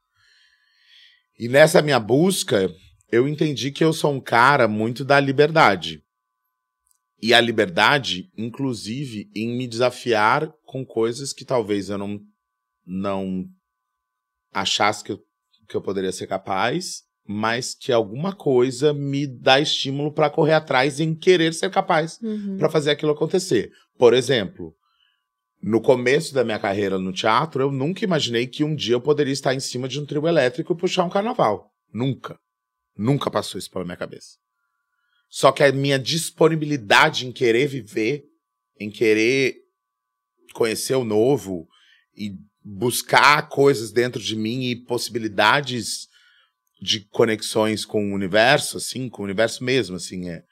S2: E nessa minha busca, eu entendi que eu sou um cara muito da liberdade. E a liberdade, inclusive, em me desafiar com coisas que talvez eu não, não achasse que eu, que eu poderia ser capaz mas que alguma coisa me dá estímulo pra correr atrás em querer ser capaz
S1: Uhum.
S2: pra fazer aquilo acontecer. Por exemplo, no começo da minha carreira no teatro, eu nunca imaginei que um dia eu poderia estar em cima de um trio elétrico e puxar um carnaval. Nunca. Nunca passou isso pela minha cabeça. Só que a minha disponibilidade em querer viver, em querer conhecer o novo e buscar coisas dentro de mim e possibilidades de conexões com o universo, assim, com o universo mesmo, assim, é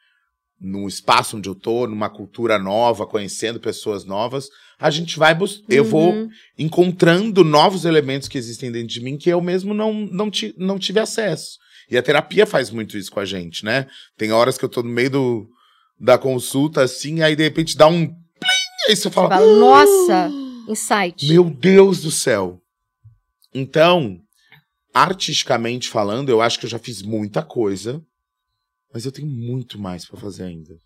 S2: num espaço onde eu tô, numa cultura nova, conhecendo pessoas novas, a gente vai bus- eu vou
S1: Uhum.
S2: encontrando novos elementos que existem dentro de mim que eu mesmo não não, ti- não tive acesso. E a terapia faz muito isso com a gente, né? Tem horas que eu tô no meio do, da consulta assim, aí de repente dá um plim, aí você fala: "Ah,
S1: Fala, Nossa, insight.
S2: meu Deus do céu. Então, artisticamente falando, eu acho que eu já fiz muita coisa, mas eu tenho muito mais pra fazer ainda.
S1: O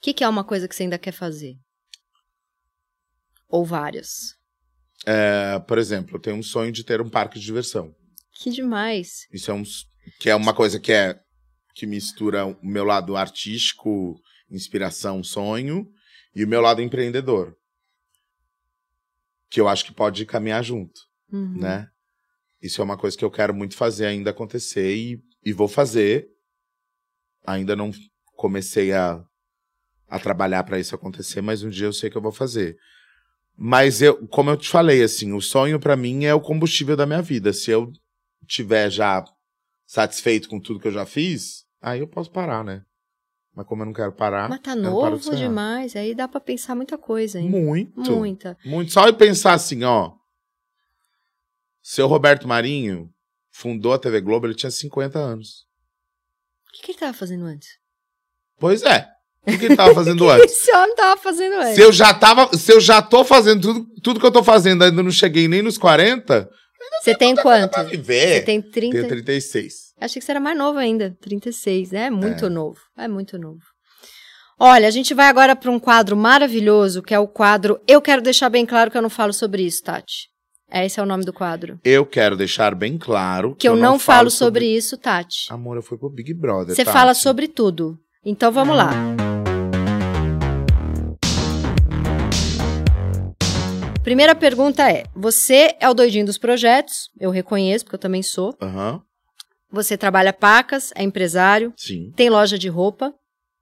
S1: que, que é uma coisa que você ainda quer fazer? Ou várias.
S2: É, por exemplo, eu tenho um sonho de ter um parque de diversão.
S1: Que demais.
S2: Isso é um s- que é uma coisa que é que mistura o meu lado artístico, inspiração, sonho e o meu lado empreendedor. Que eu acho que pode caminhar junto.
S1: Uhum.
S2: né? Isso é uma coisa que eu quero muito fazer ainda acontecer e, e vou fazer. Ainda não comecei a, a trabalhar para isso acontecer, mas um dia eu sei que eu vou fazer. Mas eu, como eu te falei, assim, o sonho para mim é o combustível da minha vida. Se eu tiver já satisfeito com tudo que eu já fiz, aí eu posso parar, né? Mas como eu não quero parar,
S1: Mas tá
S2: eu não paro de
S1: novo
S2: sonhar.
S1: demais. Aí dá pra pensar muita coisa, hein?
S2: Muito.
S1: Muita.
S2: Muito. Só eu pensar assim, ó. Seu Roberto Marinho fundou a TV Globo, ele tinha 50 anos.
S1: O que, que ele tava fazendo antes?
S2: Pois é. O que que ele tava fazendo antes?
S1: Esse homem tava fazendo antes.
S2: Se eu já tava. Se eu já tô fazendo tudo, tudo que eu tô fazendo, ainda não cheguei nem nos 40,
S1: Você tem quanto?
S2: pra
S1: Você
S2: viver.
S1: tem 30?
S2: Tenho 36.
S1: Achei que você era mais novo ainda. 36, né? É muito novo. É muito novo. Olha, a gente vai agora para um quadro maravilhoso, que é o quadro. Eu quero deixar bem claro que eu não falo sobre isso, Tati. É, Esse é o nome do quadro.
S2: Eu quero deixar bem claro
S1: Que, eu, não, falo sobre Ah, isso, Tati.
S2: Amor, eu fui pro Big Brother. tá?
S1: Você
S2: Tati.
S1: fala sobre tudo. Então vamos lá. Primeira pergunta é: você é o doidinho dos projetos? Eu reconheço, porque eu também sou.
S2: Aham,
S1: Você trabalha pacas, é empresário,
S2: sim.
S1: tem loja de roupa.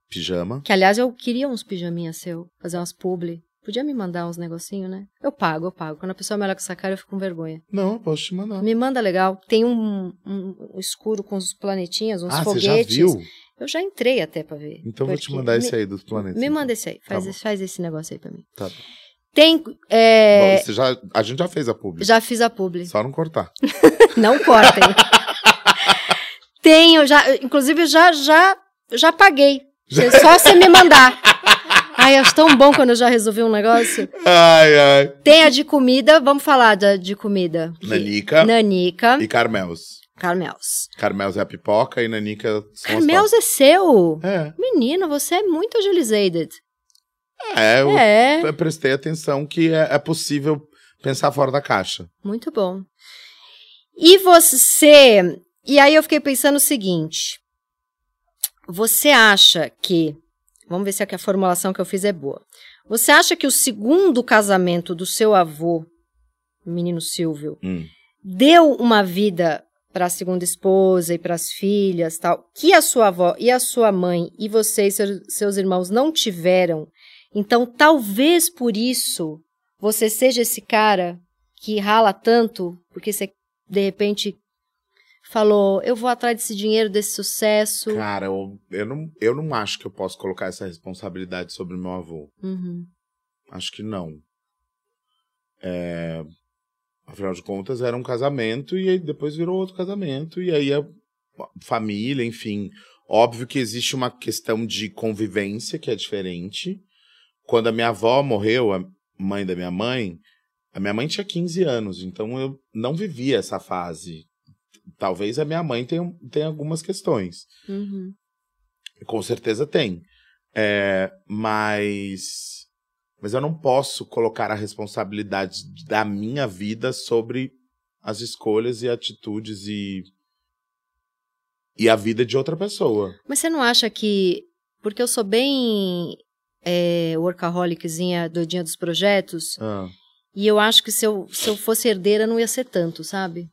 S2: Pijama.
S1: Que, aliás, eu queria uns pijaminhas seu, fazer umas publi. Podia me mandar uns negocinho, né? Eu pago, eu pago. Quando a pessoa me olha com essa cara, eu fico com vergonha.
S2: Não, eu posso te mandar.
S1: Me manda legal. Tem um, um- um escuro com os planetinhas, uns
S2: ah, você
S1: foguetes.
S2: já viu?
S1: Eu já entrei até pra ver.
S2: Então eu vou te
S1: porque-
S2: mandar
S1: me,
S2: esse aí dos planetas.
S1: Me manda esse aí. Faz,
S2: bom.
S1: esse, faz esse negócio aí pra mim.
S2: Tá bom.
S1: Tem.
S2: Bom,
S1: é,
S2: você já, a gente já fez a publi.
S1: já fiz a publi.
S2: Só não cortar.
S1: Não cortem. Tenho, já, inclusive eu já, já, já paguei. Cê- Só você me mandar. Ai, eu acho tão bom quando eu já resolvi um negócio.
S2: Ai, ai.
S1: Tem a de comida, vamos falar da de comida. Que-
S2: Nanica
S1: Nanica.
S2: e Carmels.
S1: Carmels.
S2: Carmels é a pipoca e Nanica são as
S1: Carmels é seu.
S2: tortas. É,
S1: Menino, você é muito agilizated.
S2: é, eu,
S1: É.
S2: eu prestei atenção que é, é possível pensar fora da caixa.
S1: Muito bom. E você. E aí eu fiquei pensando o seguinte. Você acha que. Vamos ver se é que a formulação que eu fiz é boa. Você acha que o segundo casamento do seu avô, menino Silvio,
S2: Hum.
S1: deu uma vida para a segunda esposa e para as filhas, tal, que a sua avó e a sua mãe e você e seus, seus irmãos não tiveram. Então, talvez por isso você seja esse cara que rala tanto, porque você de repente falou, eu vou atrás desse dinheiro, desse sucesso.
S2: Cara, eu, eu, não, eu não acho que eu posso colocar essa responsabilidade sobre meu avô.
S1: Uhum.
S2: Acho que não. É, afinal de contas, era um casamento e aí depois virou outro casamento. E aí a família, enfim. Óbvio que existe uma questão de convivência que é diferente. Quando a minha avó morreu, a mãe da minha mãe, a minha mãe tinha 15 anos, então eu não vivia essa fase. Talvez a minha mãe tenha, tenha algumas questões.
S1: Uhum.
S2: Com certeza tem. É, mas. Mas eu não posso colocar a responsabilidade da minha vida sobre as escolhas e atitudes e e a vida de outra pessoa.
S1: Mas você não acha que. Porque eu sou bem é, workaholiczinha, doidinha dos projetos,
S2: Ah.
S1: e eu acho que se eu, se eu fosse herdeira não ia ser tanto, sabe?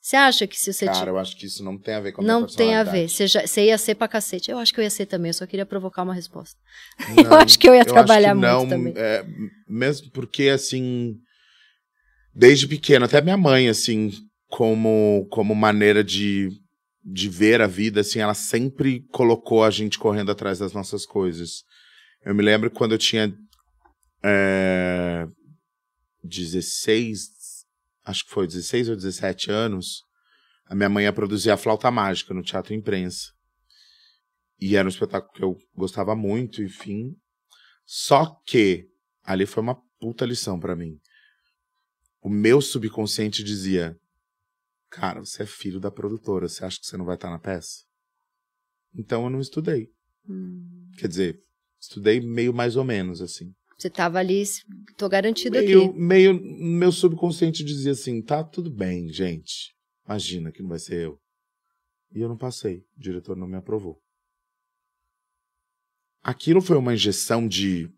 S1: Você acha que se você. ti-
S2: Cara, eu acho que isso não tem a ver com a minha
S1: não tem a ver.
S2: personalidade.
S1: Você, já- você ia ser pra cacete. Eu acho que eu ia ser também, eu só queria provocar uma resposta. eu
S2: Não.
S1: acho que eu ia
S2: acho
S1: trabalhar
S2: que
S1: muito
S2: não,
S1: também.
S2: é, mesmo porque, assim, desde pequeno, até minha mãe, assim, como, como maneira de, de ver a vida, assim, ela sempre colocou a gente correndo atrás das nossas coisas. Eu me lembro quando eu tinha é, 16, acho que foi 16 ou 17 anos, a minha mãe ia produzir a Flauta Mágica no Teatro Imprensa. E era um espetáculo que eu gostava muito, enfim. Só que ali foi uma puta lição pra mim. O meu subconsciente dizia: Cara, você é filho da produtora, você acha que você não vai estar na peça? Então eu não estudei.
S1: Hum,
S2: Quer dizer, estudei meio mais ou menos assim.
S1: Você tava ali, se- tô garantida
S2: Meio,
S1: aqui.
S2: meio, meu subconsciente dizia assim: tá tudo bem, gente. Imagina que não vai ser eu. E eu não passei. O diretor não me aprovou. Aquilo foi uma injeção de.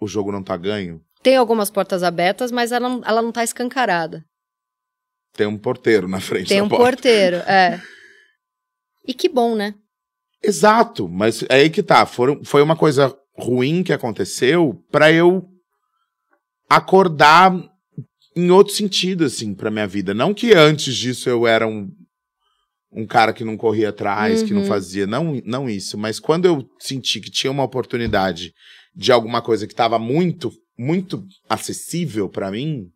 S2: O jogo não tá ganho?
S1: Tem algumas portas abertas, mas ela não, ela não tá escancarada.
S2: Tem um porteiro na frente
S1: Tem
S2: da
S1: um
S2: porta.
S1: porteiro, é. E que bom, né?
S2: Exato, mas é aí que tá. Foram, foi uma coisa ruim que aconteceu pra eu acordar em outro sentido, assim, pra minha vida. Não que antes disso eu era um, um cara que não corria atrás, que não
S1: Uhum.
S2: fazia, não, não isso. Mas quando eu senti que tinha uma oportunidade de alguma coisa que tava muito, muito acessível pra mim,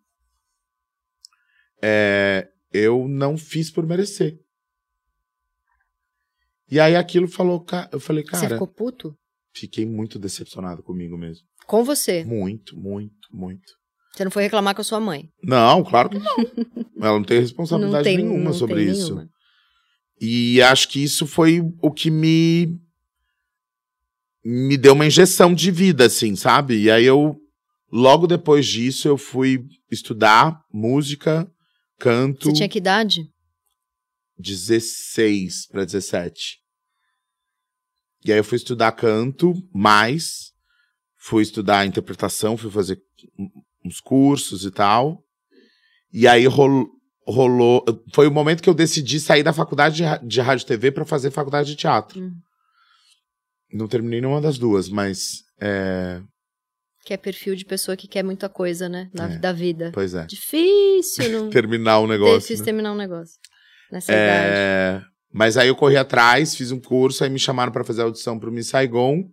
S2: é, eu não fiz por merecer. E aí aquilo falou, ca- eu falei,
S1: Você
S2: cara,
S1: ficou puto?
S2: fiquei muito decepcionado comigo mesmo.
S1: Com você.
S2: Muito, muito, muito.
S1: Você não foi reclamar com a sua mãe.
S2: Não, claro que não. Ela não tem responsabilidade
S1: não tem
S2: nenhuma
S1: não
S2: sobre
S1: tem
S2: isso.
S1: nenhuma.
S2: E acho que isso foi o que me me deu uma injeção de vida, assim, sabe? E aí eu logo depois disso eu fui estudar música, canto,
S1: Você tinha que idade?
S2: 16 para 17. E aí eu fui estudar canto mais, fui estudar interpretação, fui fazer um- uns cursos e tal. E aí rolou, rolou foi o momento que eu decidi sair da faculdade de, ra- de rádio e TV para fazer faculdade de teatro.
S1: Hum.
S2: Não terminei nenhuma das duas, mas é,
S1: Que é perfil de pessoa que quer muita coisa, né? Na,
S2: É.
S1: Da vida.
S2: pois é,
S1: Difícil não ter
S2: terminar o negócio.
S1: difícil
S2: né?
S1: terminar um negócio. Nessa idade.
S2: É, mas aí eu corri atrás, fiz um curso, aí me chamaram pra fazer audição pro Miss Saigon,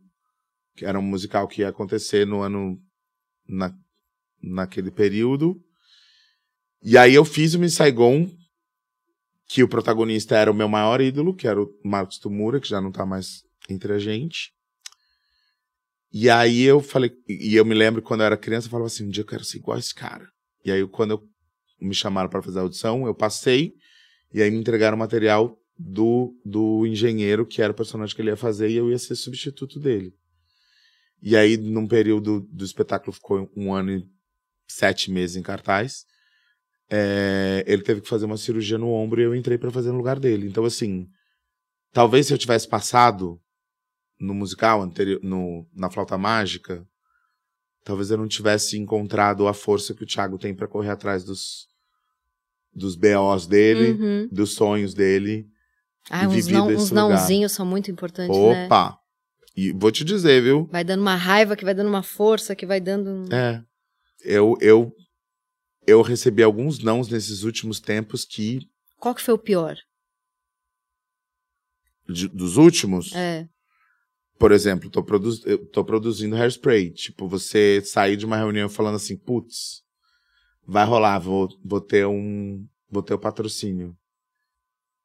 S2: que era um musical que ia acontecer no ano na, naquele período. E aí eu fiz o Miss Saigon, que o protagonista era o meu maior ídolo, que era o Marcos Tumura, que já não tá mais entre a gente. E aí eu falei, e eu me lembro quando eu era criança, eu falava assim, um dia eu quero ser igual esse cara. E aí quando eu- me chamaram pra fazer a audição, eu passei, e aí me entregaram o material do, do engenheiro, que era o personagem que ele ia fazer, e eu ia ser substituto dele. E aí, num período do espetáculo, ficou um ano e sete meses em cartaz. é, ele teve que fazer uma cirurgia no ombro e eu entrei pra fazer no lugar dele. Então, assim, talvez se eu tivesse passado no musical anterior, no, na flauta mágica, talvez eu não tivesse encontrado a força que o Thiago tem pra correr atrás dos, dos BOs dele
S1: Uhum.
S2: dos sonhos dele.
S1: Ah, uns,
S2: vivido
S1: não,
S2: esse
S1: uns
S2: lugar.
S1: nãozinhos são muito importantes, né?
S2: Opa! E vou te dizer, viu?
S1: Vai dando uma raiva, que vai dando uma força, que vai dando. um-
S2: É. Eu, eu, eu recebi alguns nãos nesses últimos tempos que.
S1: Qual que foi o pior?
S2: de- dos últimos,
S1: É.
S2: por exemplo, tô, produ eu tô produzindo hairspray. Tipo, você sair de uma reunião falando assim, putz, vai rolar, vou, vou ter um. Vou ter o patrocínio.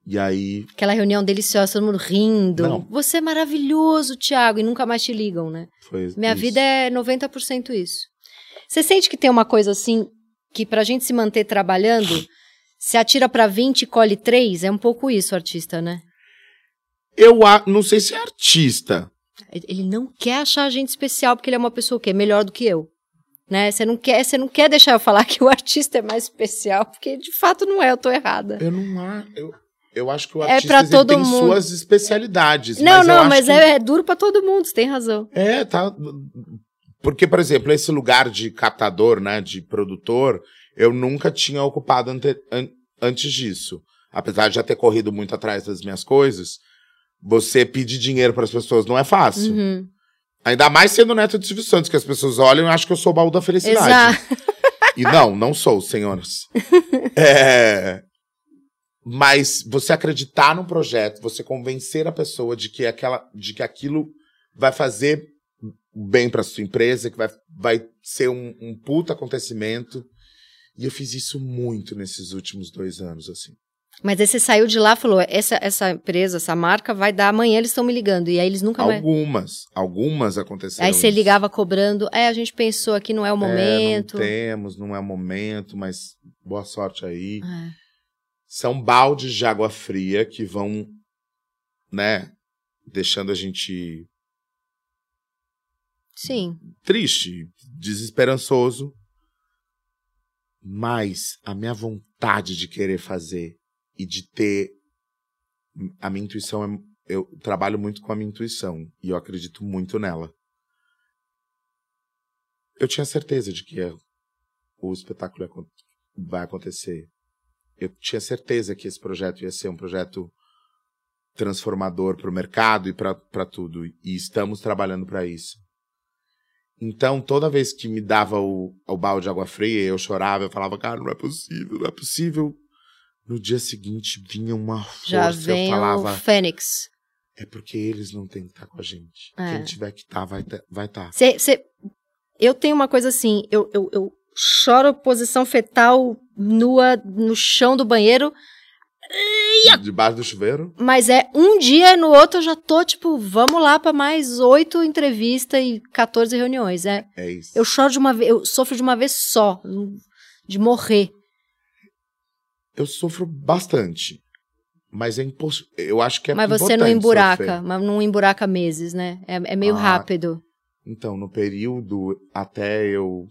S2: E aí.
S1: Aquela reunião deliciosa, todo mundo rindo.
S2: Não.
S1: Você é maravilhoso, Thiago, e nunca mais te ligam, né?
S2: Foi
S1: Minha
S2: isso.
S1: vida é 90% isso. Você sente que tem uma coisa assim, que pra gente se manter trabalhando, se atira pra 20 e colhe 3? É um pouco isso, artista, né?
S2: Eu a- não sei se é artista.
S1: Ele não quer achar a gente especial porque ele é uma pessoa o quê? Melhor do que eu. né? Você não quer, você não quer deixar eu falar que o artista é mais especial, porque de fato não é, eu tô errada.
S2: Eu não há. Eu, eu acho que o
S1: É
S2: artista
S1: pra
S2: ele
S1: todo
S2: tem
S1: mundo.
S2: suas especialidades.
S1: não,
S2: mas eu
S1: não,
S2: acho
S1: mas
S2: que-
S1: é, é duro pra todo mundo, você tem razão.
S2: É, tá. Porque, por exemplo, esse lugar de captador, né, de produtor, eu nunca tinha ocupado ante- an- antes disso. Apesar de já ter corrido muito atrás das minhas coisas, você pedir dinheiro para as pessoas não é fácil.
S1: Uhum.
S2: Ainda mais sendo neto de Silvio Santos, que as pessoas olham e acham que eu sou o baú da felicidade.
S1: Exato.
S2: E não, não sou, senhoras. É, Mas você acreditar num projeto, você convencer a pessoa de que, aquela, de que aquilo vai fazer bem pra sua empresa, que vai, vai ser um, um puta acontecimento. E eu fiz isso muito nesses últimos dois anos, assim.
S1: Mas aí você saiu de lá e falou: essa, essa empresa, essa marca vai dar, amanhã eles estão me ligando. E aí eles nunca mais.
S2: Algumas, algumas aconteceram.
S1: é? Aí você
S2: isso.
S1: ligava cobrando, é, a gente pensou aqui, não é o momento.
S2: É, não temos, não é o momento, mas boa sorte aí.
S1: É.
S2: são baldes de água fria que vão, né, deixando a gente
S1: Sim.
S2: triste, desesperançoso. Mas a minha vontade de querer fazer e de ter a minha intuição é eu trabalho muito com a minha intuição e eu acredito muito nela. Eu tinha certeza de que o espetáculo ia acon- vai acontecer. Eu tinha certeza que esse projeto ia ser um projeto transformador para o mercado e para tudo. E estamos trabalhando para isso. Então, toda vez que me dava o, o balde de água fria, eu chorava, eu falava, cara, não é possível, não é possível. No dia seguinte vinha uma força,
S1: Já
S2: eu
S1: vem
S2: falava,
S1: o Fênix.
S2: é porque eles não têm que estar com a gente.
S1: É.
S2: Quem tiver que estar, vai estar. vai tá.
S1: Cê, cê- Eu tenho uma coisa assim, eu, eu, eu choro posição fetal nua no chão do banheiro,
S2: Debaixo do chuveiro?
S1: mas é um dia e no outro eu já tô tipo, vamos lá pra mais oito entrevistas e 14 reuniões. É,
S2: É isso.
S1: eu choro de uma vez, eu sofro de uma vez só, de morrer.
S2: Eu sofro bastante. Mas é impossível. Eu acho que é
S1: mas você não
S2: importante
S1: emburaca,
S2: sofrer.
S1: mas não emburaca meses, né? É, é meio
S2: Ah.
S1: rápido.
S2: Então, no período até eu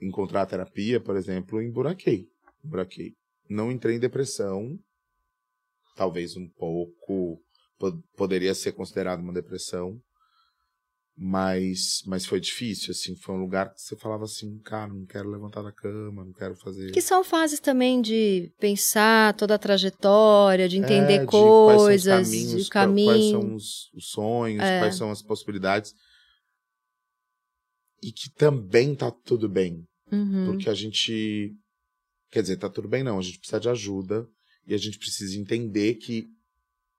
S2: encontrar a terapia, por exemplo, eu emburaquei. Emburaquei. Não entrei em depressão. Talvez um pouco. po- Poderia ser considerado uma depressão. Mas, mas foi difícil, assim. Foi um lugar que você falava assim, cara, não quero levantar da cama, não quero fazer.
S1: Que são fases também de pensar toda a trajetória, de entender
S2: É, de
S1: coisas,
S2: quais
S1: de
S2: são os caminhos, qua- quais
S1: caminho.
S2: são os, os sonhos,
S1: É.
S2: quais são as possibilidades. E que também tá tudo bem.
S1: Uhum.
S2: Porque a gente. Quer dizer, tá tudo bem, não. A gente precisa de ajuda. E a gente precisa entender que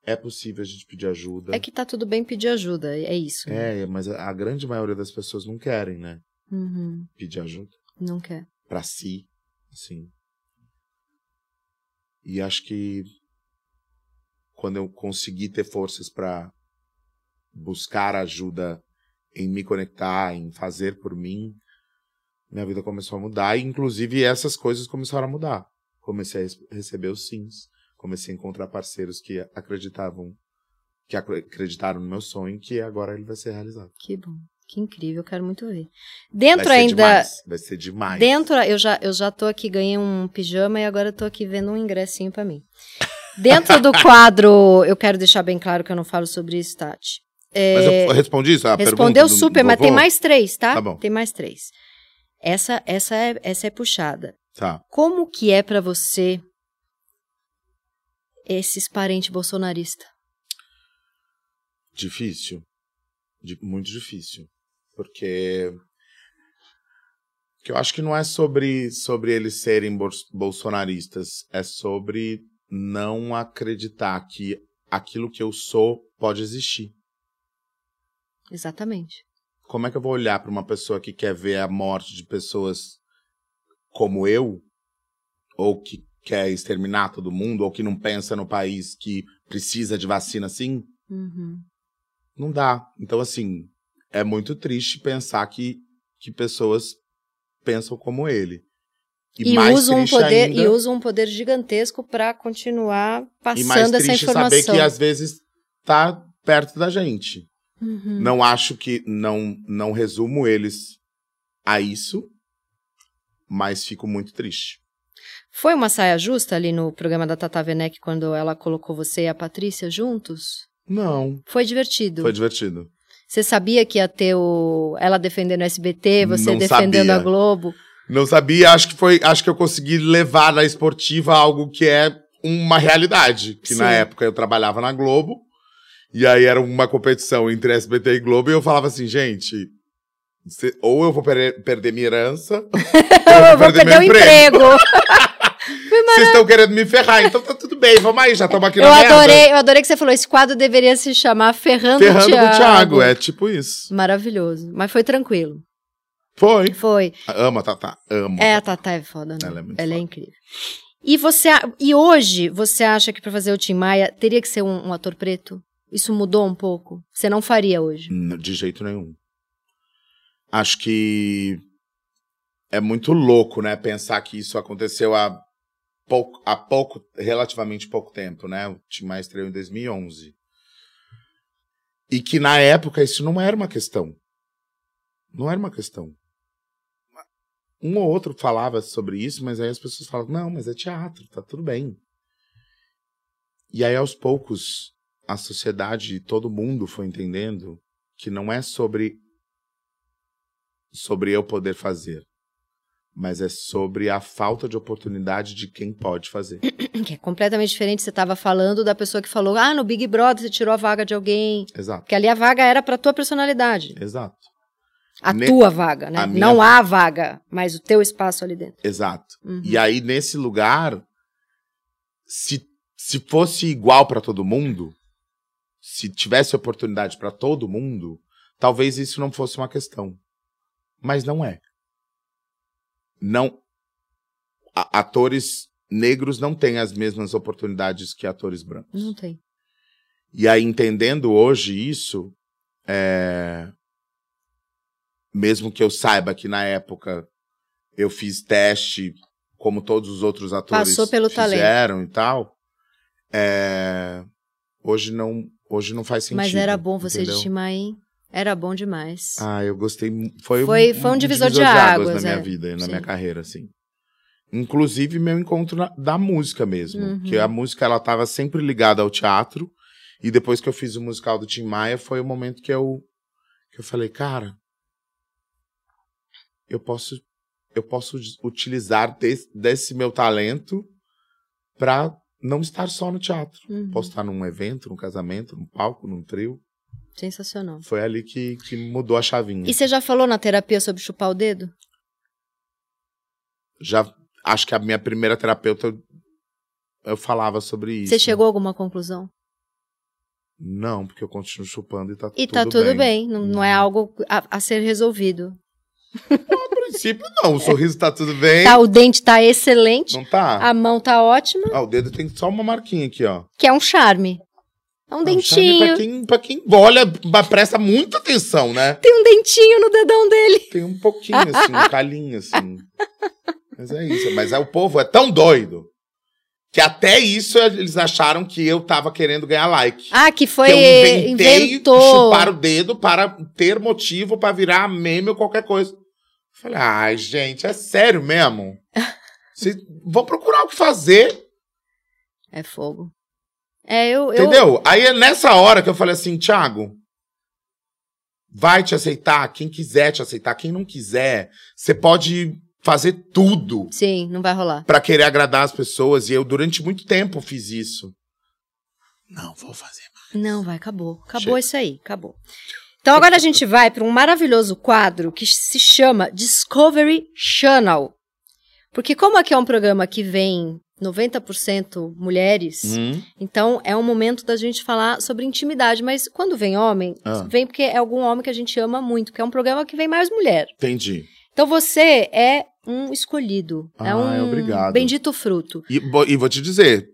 S2: é possível a gente pedir ajuda.
S1: É que tá tudo bem pedir ajuda, é isso. né?
S2: né? É, mas a a grande maioria das pessoas não querem, né?
S1: Uhum,
S2: Pedir ajuda
S1: Não quer.
S2: pra si, assim. E acho que quando eu consegui ter forças pra buscar ajuda em me conectar, em fazer por mim, minha vida começou a mudar e inclusive essas coisas começaram a mudar. Comecei a res- receber os sims, comecei a encontrar parceiros que acreditavam que acre- acreditaram no meu sonho que agora ele vai ser realizado.
S1: Que bom. Que incrível, eu quero muito ver.
S2: Vai
S1: Dentro
S2: ser
S1: ainda.
S2: demais, vai ser demais.
S1: Dentro, eu já, eu já tô aqui, ganhei um pijama e agora eu tô aqui vendo um ingressinho pra mim. Dentro do quadro, eu quero deixar bem claro que eu não falo sobre isso, Tati.
S2: Mas
S1: É,
S2: eu respondi isso? A pergunta
S1: Respondeu
S2: do- do
S1: super, mas tem
S2: vovô?
S1: mais três, tá?
S2: Tá bom.
S1: Tem mais três. Essa, essa, é, essa é puxada.
S2: Tá.
S1: Como que é pra você esses parentes bolsonaristas?
S2: Difícil. Di- muito difícil. Porque. Que eu acho que não é sobre, sobre eles serem bors- bolsonaristas. É sobre não acreditar que aquilo que eu sou pode existir.
S1: Exatamente.
S2: Como é que eu vou olhar para uma pessoa que quer ver a morte de pessoas como eu? Ou que quer exterminar todo mundo? Ou que não pensa no país que precisa de vacina assim?
S1: Uhum.
S2: Não dá. Então, assim, é muito triste pensar que, que pessoas pensam como ele.
S1: E, usa um poder e usa um poder gigantesco pra continuar
S2: e mais
S1: passando essa
S2: triste
S1: informação.
S2: saber que às vezes tá perto da gente.
S1: Uhum.
S2: Não acho que. Não, não resumo eles a isso, mas fico muito triste.
S1: Foi uma saia justa ali no programa da Tata Werneck quando ela colocou você e a Patrícia juntos?
S2: Não.
S1: Foi divertido.
S2: Foi divertido.
S1: Você sabia que ia ter o... ela defendendo o SBT, você
S2: Não
S1: defendendo a
S2: sabia.
S1: Globo?
S2: Não sabia, acho que foi, acho que eu consegui levar na esportiva algo que é uma realidade, que na
S1: Sim.
S2: época eu trabalhava na Globo. E aí era uma competição entre SBT e Globo e eu falava assim, gente, cê- ou eu vou per- perder minha herança, ou
S1: Eu
S2: eu
S1: vou perder o emprego.
S2: Vocês estão querendo me ferrar, então tá tudo bem, vamos aí, já estamos aqui
S1: Eu
S2: na merda.
S1: adorei, eu adorei que você falou, esse quadro deveria se chamar Ferrando,
S2: Ferrando com
S1: Thiago.
S2: o Thiago, é tipo isso.
S1: Maravilhoso, mas foi tranquilo.
S2: Foi.
S1: Foi.
S2: Ama, Tatá, amo.
S1: É, a Tatá é foda, né?
S2: Ela é muito foda.
S1: incrível. E você, a- e hoje, você acha que pra fazer o Tim Maia teria que ser um, um ator preto? Isso mudou um pouco? Você não faria hoje?
S2: N- De jeito nenhum. Acho que é muito louco, né? Pensar que isso aconteceu há pouco, há pouco relativamente pouco tempo, né? O Tim Maia estreou em 2011. E que na época isso não era uma questão. Não era uma questão. Um ou outro falava sobre isso, mas aí as pessoas falavam: não, mas é teatro, tá tudo bem. E aí aos poucos a sociedade e todo mundo foi entendendo que não é sobre sobre eu poder fazer, mas é sobre a falta de oportunidade de quem pode fazer.
S1: Que é completamente diferente. Você tava falando da pessoa que falou, ah, no Big Brother você tirou a vaga de alguém.
S2: Exato.
S1: Porque ali a vaga era pra tua personalidade.
S2: Exato.
S1: A
S2: Ne-
S1: tua vaga, né?
S2: a minha-
S1: Não há vaga, mas o teu espaço ali dentro.
S2: Exato.
S1: Uhum.
S2: E aí nesse lugar se se fosse igual para todo mundo, se tivesse oportunidade para todo mundo, talvez isso não fosse uma questão. Mas não é. Não a- atores negros não têm as mesmas oportunidades que atores brancos.
S1: Não tem.
S2: E aí, entendendo hoje isso, é, mesmo que eu saiba que na época eu fiz teste, como todos os outros atores
S1: Passou pelo talento.
S2: fizeram e tal, é, hoje, não, hoje não faz sentido.
S1: Mas era bom você
S2: entendeu?
S1: de Tim Maia, hein? Era bom demais.
S2: Ah, eu gostei. mu- Foi,
S1: Foi- foi um divisor de águas,
S2: na minha
S1: é.
S2: vida, e na
S1: Sim.
S2: minha carreira, assim. Inclusive meu encontro na- da música mesmo,
S1: Uhum.
S2: que a música ela tava sempre ligada ao teatro. E depois que eu fiz o musical do Tim Maia, foi o momento que eu que eu falei, cara, eu posso eu posso us- utilizar des- desse meu talento pra não estar só no teatro.
S1: Uhum.
S2: Posso estar num evento, num casamento, num palco, num trio.
S1: Sensacional.
S2: Foi ali que, que mudou a chavinha.
S1: E você já falou na terapia sobre chupar o dedo?
S2: já acho que a minha primeira terapeuta eu- eu falava sobre isso.
S1: Você chegou a alguma conclusão?
S2: Não, porque eu continuo chupando e tá
S1: E
S2: tudo
S1: tá tudo bem, Não, não é
S2: Uhum.
S1: algo a, a ser resolvido.
S2: No princípio não, o sorriso tá tudo bem.
S1: Tá, o dente tá excelente,
S2: Não tá?
S1: a mão tá ótima,
S2: Ah, o dedo tem só uma marquinha aqui, ó.
S1: que é um charme. É um
S2: Ah, o charme é
S1: dentinho.
S2: Pra quem, pra quem olha, ba- presta muita atenção, né?
S1: Tem um dentinho no dedão dele.
S2: Tem um pouquinho, assim, um calinho, assim. Mas é isso. Mas é, o povo é tão doido que até isso eles acharam que eu tava querendo ganhar like.
S1: Ah, que foi.
S2: que eu inventei
S1: inventou.
S2: chupar o dedo para ter motivo para virar meme ou qualquer coisa. Falei, ai, gente, é sério mesmo? Vocês vão procurar o que fazer,
S1: É fogo. É, eu. eu...
S2: entendeu? Aí é nessa hora que eu falei assim, Thiago, vai te aceitar, quem quiser te aceitar, quem não quiser, você pode fazer tudo
S1: Sim, não vai rolar.
S2: para querer agradar as pessoas. E eu, durante muito tempo, fiz isso. Não vou fazer.
S1: Não, vai, acabou. Acabou
S2: Chega.
S1: isso aí, acabou. Então agora a gente vai para um maravilhoso quadro que se chama Discovery Channel. Porque como aqui é um programa que vem 90% mulheres,
S2: Hum?
S1: então é um momento da gente falar sobre intimidade, mas quando vem homem,
S2: Ah.
S1: vem porque é algum homem que a gente ama muito, que é um programa que vem mais mulher.
S2: Entendi.
S1: Então você é um escolhido, é
S2: Ah,
S1: um
S2: obrigado.
S1: bendito fruto.
S2: E, bo- e vou te dizer,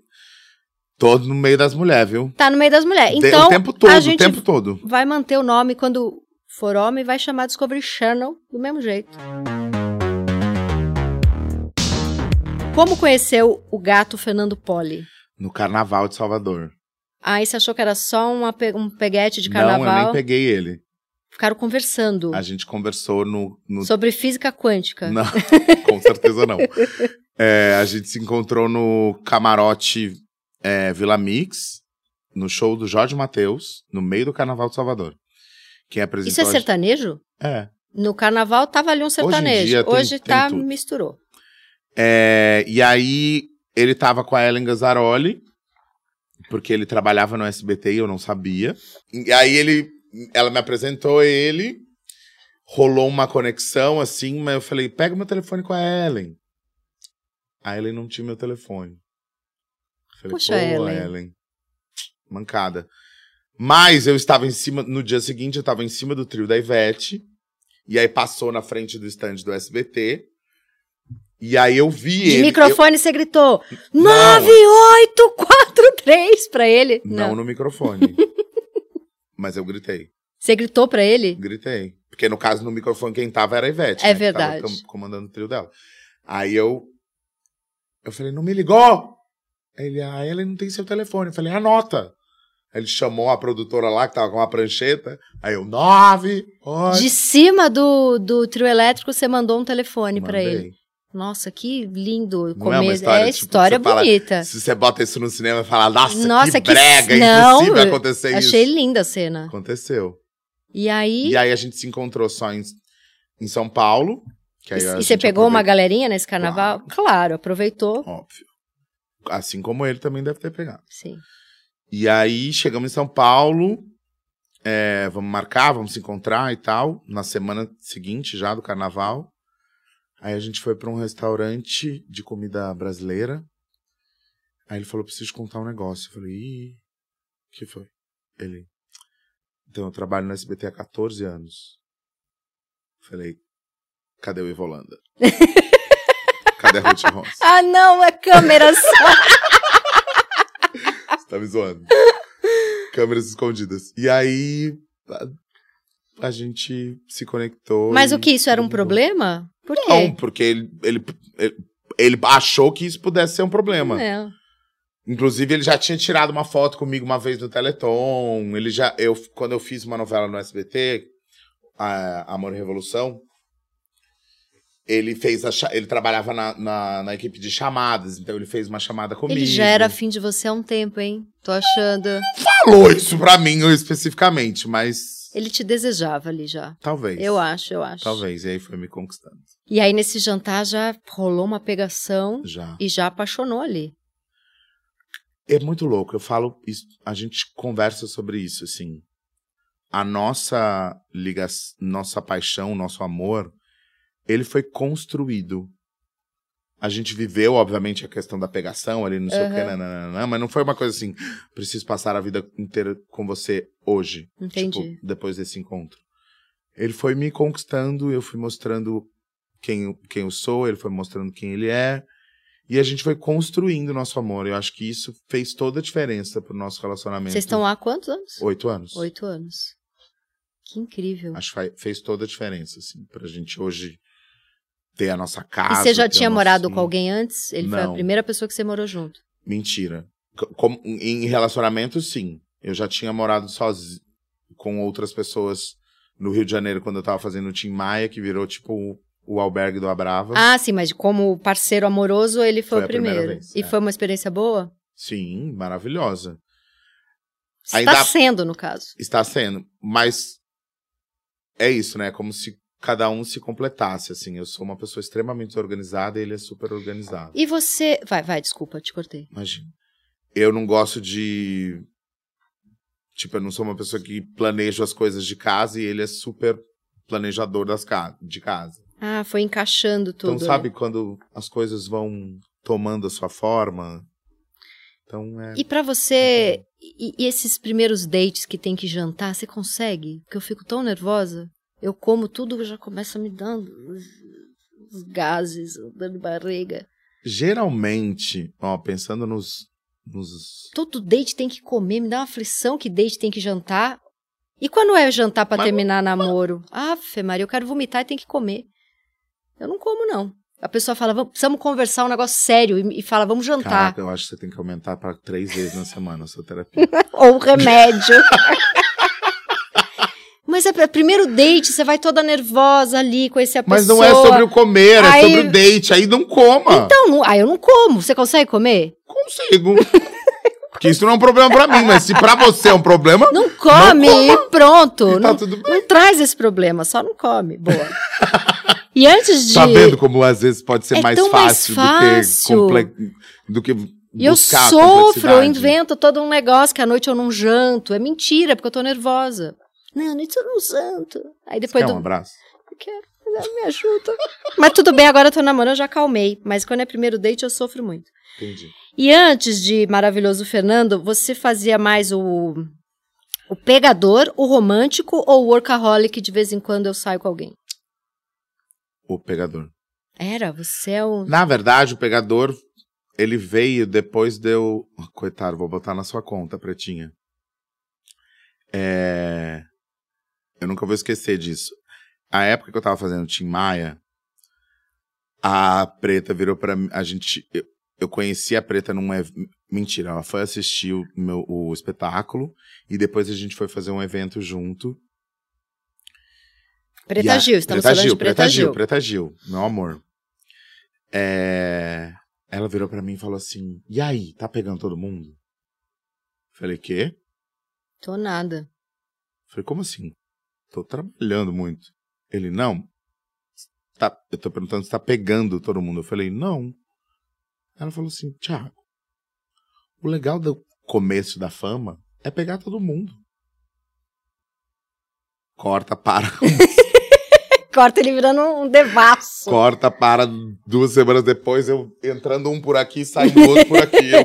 S2: tô no meio das mulheres, viu?
S1: Tá no meio das mulheres.
S2: De-
S1: Então
S2: o tempo todo,
S1: a gente
S2: o tempo todo.
S1: vai manter o nome quando for homem, vai chamar Discovery Channel do mesmo jeito. Como conheceu o gato Fernando Poli?
S2: No carnaval de Salvador.
S1: Aí você achou que era só uma pe- um peguete de
S2: Não, eu nem
S1: carnaval?
S2: peguei ele.
S1: Ficaram conversando
S2: A gente conversou no. no-
S1: sobre física quântica.
S2: Não, com certeza não. É, a gente se encontrou no camarote é, Vila Mix, no show do Jorge Matheus, no meio do Carnaval de Salvador. Quem apresentou.
S1: Isso é
S2: a gente-
S1: sertanejo?
S2: É.
S1: No carnaval tava ali um
S2: em
S1: sertanejo.
S2: dia
S1: Hoje,
S2: tem- tem
S1: tá,
S2: tudo.
S1: misturou.
S2: É, e aí ele tava com a Ellen Gazzaroli, porque ele trabalhava no SBT e eu não sabia. E aí ele, ela me apresentou ele, rolou uma conexão assim, mas eu falei, pega meu telefone com a Ellen. A Ellen não tinha meu telefone. Eu Falei,
S1: Puxa,
S2: "Pô,
S1: Ellen."
S2: Mancada. Mas eu estava em cima, no dia seguinte eu estava em cima do trio da Ivete, e aí passou na frente do stand do SBT, e aí eu vi
S1: De
S2: ele. eu-
S1: microfone você gritou
S2: Não.
S1: 9843 pra ele?
S2: Não,
S1: Não.
S2: no microfone. Mas eu gritei,
S1: Você gritou pra ele?
S2: gritei. Porque no caso, no microfone, quem tava era a Ivete. né,
S1: É
S2: que tava
S1: verdade.
S2: com- comandando o trio dela. Aí eu. Eu falei, não me ligou! Aí Ele, ah, ela não tem seu telefone. Eu falei, anota. Aí Ele chamou a produtora lá, que tava com uma prancheta. Aí eu, nove, oito.
S1: De cima do, do trio elétrico você mandou um telefone pra
S2: Mandei.
S1: ele. Nossa, que lindo.
S2: Não é uma
S1: Come-
S2: história,
S1: é
S2: tipo,
S1: história
S2: você fala,
S1: bonita.
S2: Se você bota isso no cinema e fala, nossa,
S1: Nossa,
S2: que
S1: que
S2: brega,
S1: s- não,
S2: impossível
S1: eu
S2: acontecer
S1: Achei
S2: "É isso.
S1: linda a cena.
S2: Aconteceu.
S1: E aí,
S2: E aí a gente se encontrou só em, em São Paulo.
S1: e,
S2: Que aí a
S1: e
S2: gente
S1: você pegou uma
S2: aproveitou,
S1: galerinha nesse carnaval? Claro, aproveitou.
S2: Óbvio. Assim como ele também deve ter pegado.
S1: Sim.
S2: E aí chegamos em São Paulo. é, vamos marcar, vamos se encontrar e tal. Na semana seguinte já do carnaval. Aí a gente foi pra um restaurante de comida brasileira. Aí ele falou: preciso te contar um negócio. Eu falei: Ih, o que foi? Ele. Então, eu trabalho no SBT há 14 anos. Falei: cadê o Ivolanda? cadê a Ruth Ross?
S1: Ah, não, é câmera só.
S2: Você tá me zoando. Câmeras escondidas. E aí. A, a gente se conectou.
S1: Mas
S2: e
S1: o que, isso era um
S2: tudo
S1: problema? Por
S2: mudou. Não, um
S1: quê?
S2: porque ele, ele, ele, ele achou que isso pudesse ser um problema.
S1: É.
S2: Inclusive, ele já tinha tirado uma foto comigo uma vez no Teleton. Ele já, eu, quando eu fiz uma novela no SBT, a Amor e Revolução, ele fez a, cha- ele trabalhava na, na, na equipe de chamadas, então ele fez uma chamada comigo.
S1: Ele já era afim de você há um tempo, hein? Tô achando.
S2: falou isso pra mim especificamente, mas
S1: Ele te desejava ali já.
S2: talvez.
S1: Eu acho, eu acho.
S2: Talvez, e aí foi me conquistando.
S1: E aí, nesse jantar, já rolou uma pegação
S2: Já.
S1: e já apaixonou ali.
S2: É muito louco, eu falo, isso- a gente conversa sobre isso, assim. A nossa liga, nossa paixão, nosso amor, ele foi construído. A gente viveu, obviamente, a questão da pegação ali, não sei o que,
S1: Aham.
S2: nananana, mas não foi uma coisa assim, preciso passar a vida inteira com você hoje.
S1: Entendi.
S2: Tipo, depois desse encontro. Ele foi me conquistando, eu fui mostrando quem, eu- quem eu sou, ele foi mostrando quem ele é. E a gente foi construindo o nosso amor. Eu acho que isso fez toda a diferença pro nosso relacionamento.
S1: Vocês estão lá há quantos anos?
S2: Oito anos.
S1: Oito anos. Que incrível.
S2: Acho que fa- fez toda a diferença, assim, pra gente hoje ter a nossa
S1: E
S2: casa.
S1: você já
S2: ter o
S1: tinha
S2: nosso-
S1: morado com alguém antes? Ele foi a
S2: Não.
S1: primeira pessoa que você morou junto.
S2: Mentira. C- Como, em relacionamento, sim. Eu já tinha morado sozinho com outras pessoas no Rio de Janeiro quando eu tava fazendo o Tim Maia, que virou tipo o, o albergue do Abrava.
S1: Ah, sim, mas como parceiro amoroso, ele foi,
S2: Foi
S1: o
S2: a primeira
S1: primeiro.
S2: vez,
S1: e
S2: é.
S1: foi uma experiência boa?
S2: Sim, maravilhosa.
S1: Está
S2: Ainda-
S1: tá sendo, no caso.
S2: Está sendo. Mas é isso, né? É como se cada um se completasse, assim. Eu sou uma pessoa extremamente desorganizada e ele é super organizado.
S1: E você. Vai, vai, desculpa, te cortei.
S2: Imagina. Eu não gosto de. Tipo, eu não sou uma pessoa que planeja as coisas de casa e ele é super planejador das ca... de casa.
S1: Ah, foi encaixando tudo. é. né?
S2: então, sabe quando as coisas vão tomando a sua forma? Então, é.
S1: né? E pra você. E, e esses primeiros dates que tem que jantar, você consegue? Porque eu fico tão nervosa. Eu como tudo, já começa me dando os- os gases, dando barriga.
S2: Geralmente, ó, pensando nos. nos...
S1: Todo date tem que comer, me dá uma aflição que date tem que jantar. E quando é jantar pra
S2: Mas-
S1: terminar namoro? Ah, Fê Maria, eu quero vomitar e tem que comer. Eu não como, não. A pessoa fala, "Vamos- precisamos conversar um negócio sério. E, e fala, vamos jantar.
S2: Caraca, eu acho que você tem que aumentar pra
S1: um
S2: três vezes na semana a sua terapia.
S1: Ou remédio. Mas é pra- primeiro date, você vai toda nervosa ali, conhecer a
S2: Mas
S1: pessoa.
S2: não é sobre o comer,
S1: Aí-
S2: é sobre o date. Aí não coma.
S1: Então, não... ah, eu não como. Você consegue comer?
S2: Consigo. Porque isso não é um problema pra mim, mas se pra você é um problema,
S1: Não come e pronto.
S2: tá
S1: não,
S2: tudo bem.
S1: não traz esse problema, só não come. Boa. e antes de.
S2: Tá vendo como às vezes pode ser
S1: É
S2: mais,
S1: tão mais
S2: fácil
S1: fácil.
S2: do que comple... do que
S1: E eu
S2: buscar a
S1: sofro, eu
S2: complexidade.
S1: invento todo um negócio que à noite eu não janto. É mentira, porque eu tô nervosa. Não, à noite eu não janto. Aí depois
S2: Quer
S1: do.
S2: um abraço?
S1: Eu quero, mas ela me ajuda. mas tudo bem, agora eu tô namorando, eu já acalmei. Mas quando é primeiro date, eu sofro muito.
S2: Entendi.
S1: E antes de Maravilhoso Fernando, você fazia mais o. O pegador, o romântico ou o workaholic de vez em quando eu saio com alguém?
S2: O pegador.
S1: Era, você é o.
S2: Na verdade, o pegador, ele veio depois de eu... Ah, Coitado, vou botar na sua conta, Pretinha. É... Eu nunca vou esquecer disso. A época que eu tava fazendo Tim Maia, a Preta virou pra mim... A gente... Eu, eu conheci a Preta num... ev- Mentira, ela foi assistir o, meu, o espetáculo e depois a gente foi fazer um evento junto.
S1: Preta
S2: E a-
S1: Gil, estamos falando de Preta, Gil.
S2: Preta Gil, meu amor. É, Ela virou pra mim e falou assim: E aí, tá pegando todo mundo? Falei, quê?
S1: Tô nada.
S2: Falei, como assim? Tô trabalhando muito. Ele, não. Tá... Eu tô perguntando se tá pegando todo mundo. Eu falei, não. Ela falou assim, Thiago, o legal do começo da fama é pegar todo mundo. Corta, para.
S1: Corta ele virando um devasso.
S2: Corta, para, duas semanas depois, eu entrando um por aqui e saindo outro por aqui, eu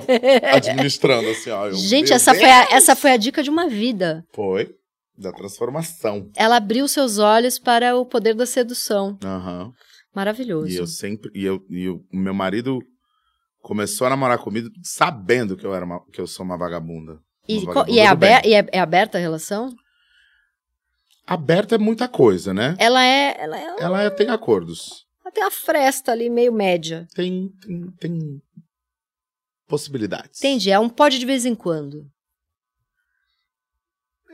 S2: administrando, assim, ó. eu-
S1: Gente,
S2: meu
S1: essa
S2: Deus.
S1: foi, a, essa foi a dica de uma vida.
S2: Foi, da transformação.
S1: Ela abriu seus olhos para o poder da sedução.
S2: Aham.
S1: Maravilhoso.
S2: E eu sempre, e, eu, e o meu marido começou a namorar comigo sabendo que eu, era uma- que eu sou uma vagabunda.
S1: E,
S2: Uma
S1: co-
S2: vagabunda
S1: e é,
S2: do
S1: aber-
S2: bem.
S1: e é- é aberta a relação?
S2: Aberto é muita coisa, né?
S1: Ela é. Ela, é-
S2: Ela é- tem acordos,
S1: ela tem uma fresta ali meio média.
S2: tem, tem, tem possibilidades.
S1: Entendi. É um pode de vez em quando.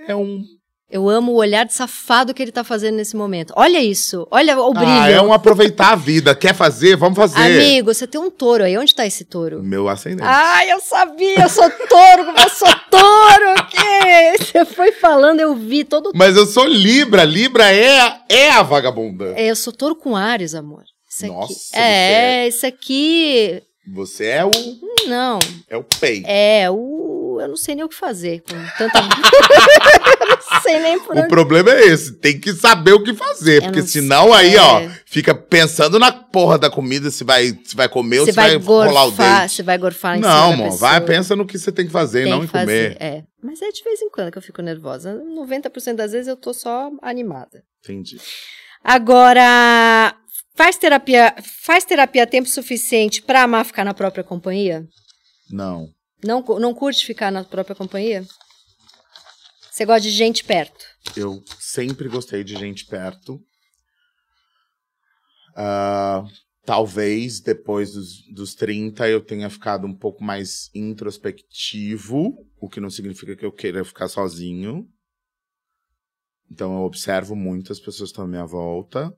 S2: É um
S1: Eu amo o olhar de safado que ele tá fazendo nesse momento. Olha isso. Olha o brilho.
S2: Ah, é um aproveitar a vida. Quer fazer? Vamos fazer.
S1: Amigo, você tem um touro aí. Onde tá esse touro?
S2: Meu ascendente.
S1: Ai, eu sabia, eu sou touro, como eu sou touro, que você foi falando, eu vi todo.
S2: Mas eu sou Libra. Libra é a, é a vagabunda.
S1: É, eu sou touro com Ares, amor. Isso aqui.
S2: Nossa, você
S1: é, isso aqui.
S2: Você é o,
S1: Não,
S2: é o pei.
S1: é o. Eu não sei nem o que fazer com tanta. eu não sei nem por
S2: O
S1: onde.
S2: problema é esse. Tem que saber o que fazer.
S1: Eu
S2: porque
S1: não
S2: senão
S1: sei.
S2: aí, ó, fica pensando na porra da comida se vai, se vai comer ou
S1: Você
S2: se
S1: vai
S2: é vai, rolar o
S1: gorfar,
S2: dente.
S1: você vai gorfar em
S2: Não,
S1: cima da
S2: amor. Vai,
S1: pessoa.
S2: pensa no que você tem que fazer e
S1: Tem
S2: não
S1: que
S2: em comer.
S1: fazer, É. Mas é de vez em quando que eu fico nervosa. 90% das vezes eu tô só animada.
S2: Entendi.
S1: Agora, faz terapia, faz terapia tempo suficiente pra amar ficar na própria companhia?
S2: Não.
S1: Não, cu- não curte ficar na própria companhia? Você gosta de gente perto.
S2: Eu sempre gostei de gente perto. Ah, talvez depois dos, dos 30 eu tenha ficado um pouco mais introspectivo, o que não significa que eu queira ficar sozinho. Então eu observo muito as pessoas que estão à minha volta.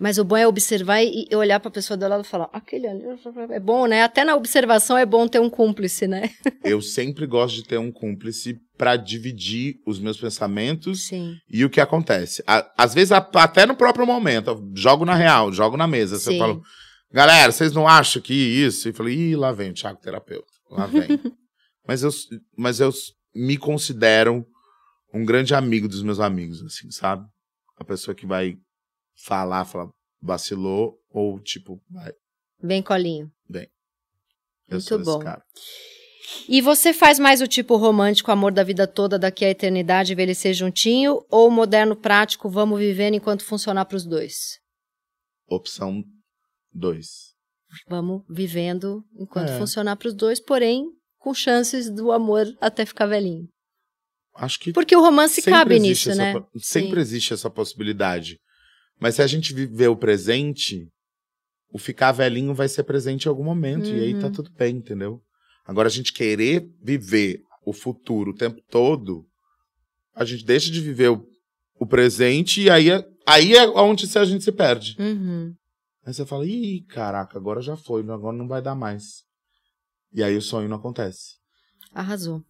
S1: Mas o bom é observar e e olhar pra pessoa do lado e falar, aquele ali é bom, né? Até na observação é bom ter um cúmplice, né?
S2: Eu sempre gosto de ter um cúmplice para dividir os meus pensamentos
S1: Sim.
S2: E o que acontece? A- às vezes, a- até no próprio momento, eu jogo na real, jogo na mesa. Você
S1: Sim.
S2: fala, galera, vocês não acham que isso? E falei, ih, lá vem o Thiago Terapeuta, lá vem. mas, eu, s- mas eu s- me considero um grande amigo dos meus amigos, assim, sabe? A pessoa que vai falar, falar, vacilou, ou tipo, vai,
S1: Bem colinho.
S2: eu
S1: Muito
S2: sou esse
S1: bom.
S2: cara.
S1: E você faz mais o tipo romântico, amor da vida toda, daqui à eternidade, envelhecer juntinho, ou moderno prático, vamos vivendo enquanto funcionar pros dois?
S2: Opção 2.
S1: vamos vivendo enquanto
S2: É.
S1: funcionar para os dois, porém com chances do amor até ficar velhinho.
S2: Acho que
S1: Porque o romance cabe
S2: existe
S1: nisso, né?
S2: essa po- Sempre
S1: Sim.
S2: existe essa possibilidade. Mas se a gente viver o presente, o ficar velhinho vai ser presente em algum momento. E aí tá
S1: Uhum.
S2: tudo bem, entendeu? Agora, a gente querer viver o futuro o tempo todo, a gente deixa de viver o o presente, e aí é, aí é onde se- a gente se perde.
S1: Uhum.
S2: Aí você fala, ih, caraca, agora já foi, agora não vai dar mais. E aí o sonho não acontece.
S1: Arrasou.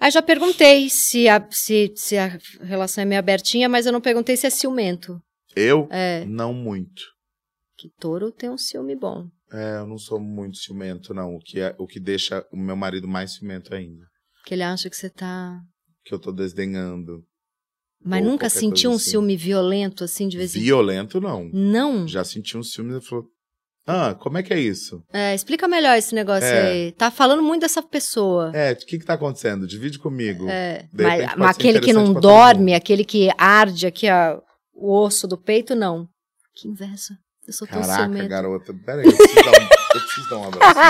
S1: Aí já perguntei se a, se, se a relação é meio abertinha, mas eu não perguntei se é ciumento.
S2: Eu?
S1: É,
S2: Não muito.
S1: que touro tem um ciúme bom.
S2: É, eu não sou muito ciumento, não. O que, é, o que deixa o meu marido mais ciumento ainda.
S1: Que ele acha que você tá.
S2: Que eu tô desdenhando.
S1: Mas
S2: Ou
S1: nunca
S2: qualquer
S1: sentiu um
S2: coisa assim.
S1: ciúme violento, assim, de vez em Hum.
S2: Violento, não.
S1: quando? Não?
S2: Já senti um ciúme e falou: Ah, como é que é isso?
S1: É, explica melhor esse negócio
S2: É.
S1: aí. Tá falando muito dessa pessoa.
S2: É, o que que tá acontecendo? Divide comigo.
S1: É,
S2: De repente
S1: mas,
S2: pode
S1: mas
S2: ser
S1: aquele que
S2: interessante
S1: não
S2: pra todo mundo.
S1: dorme, aquele que arde aqui ó, o osso do peito, não. Que inveja. Eu sou tão
S2: Caraca,
S1: ciumento.
S2: garota. Pera aí, eu preciso dar um, eu preciso dar um abraço.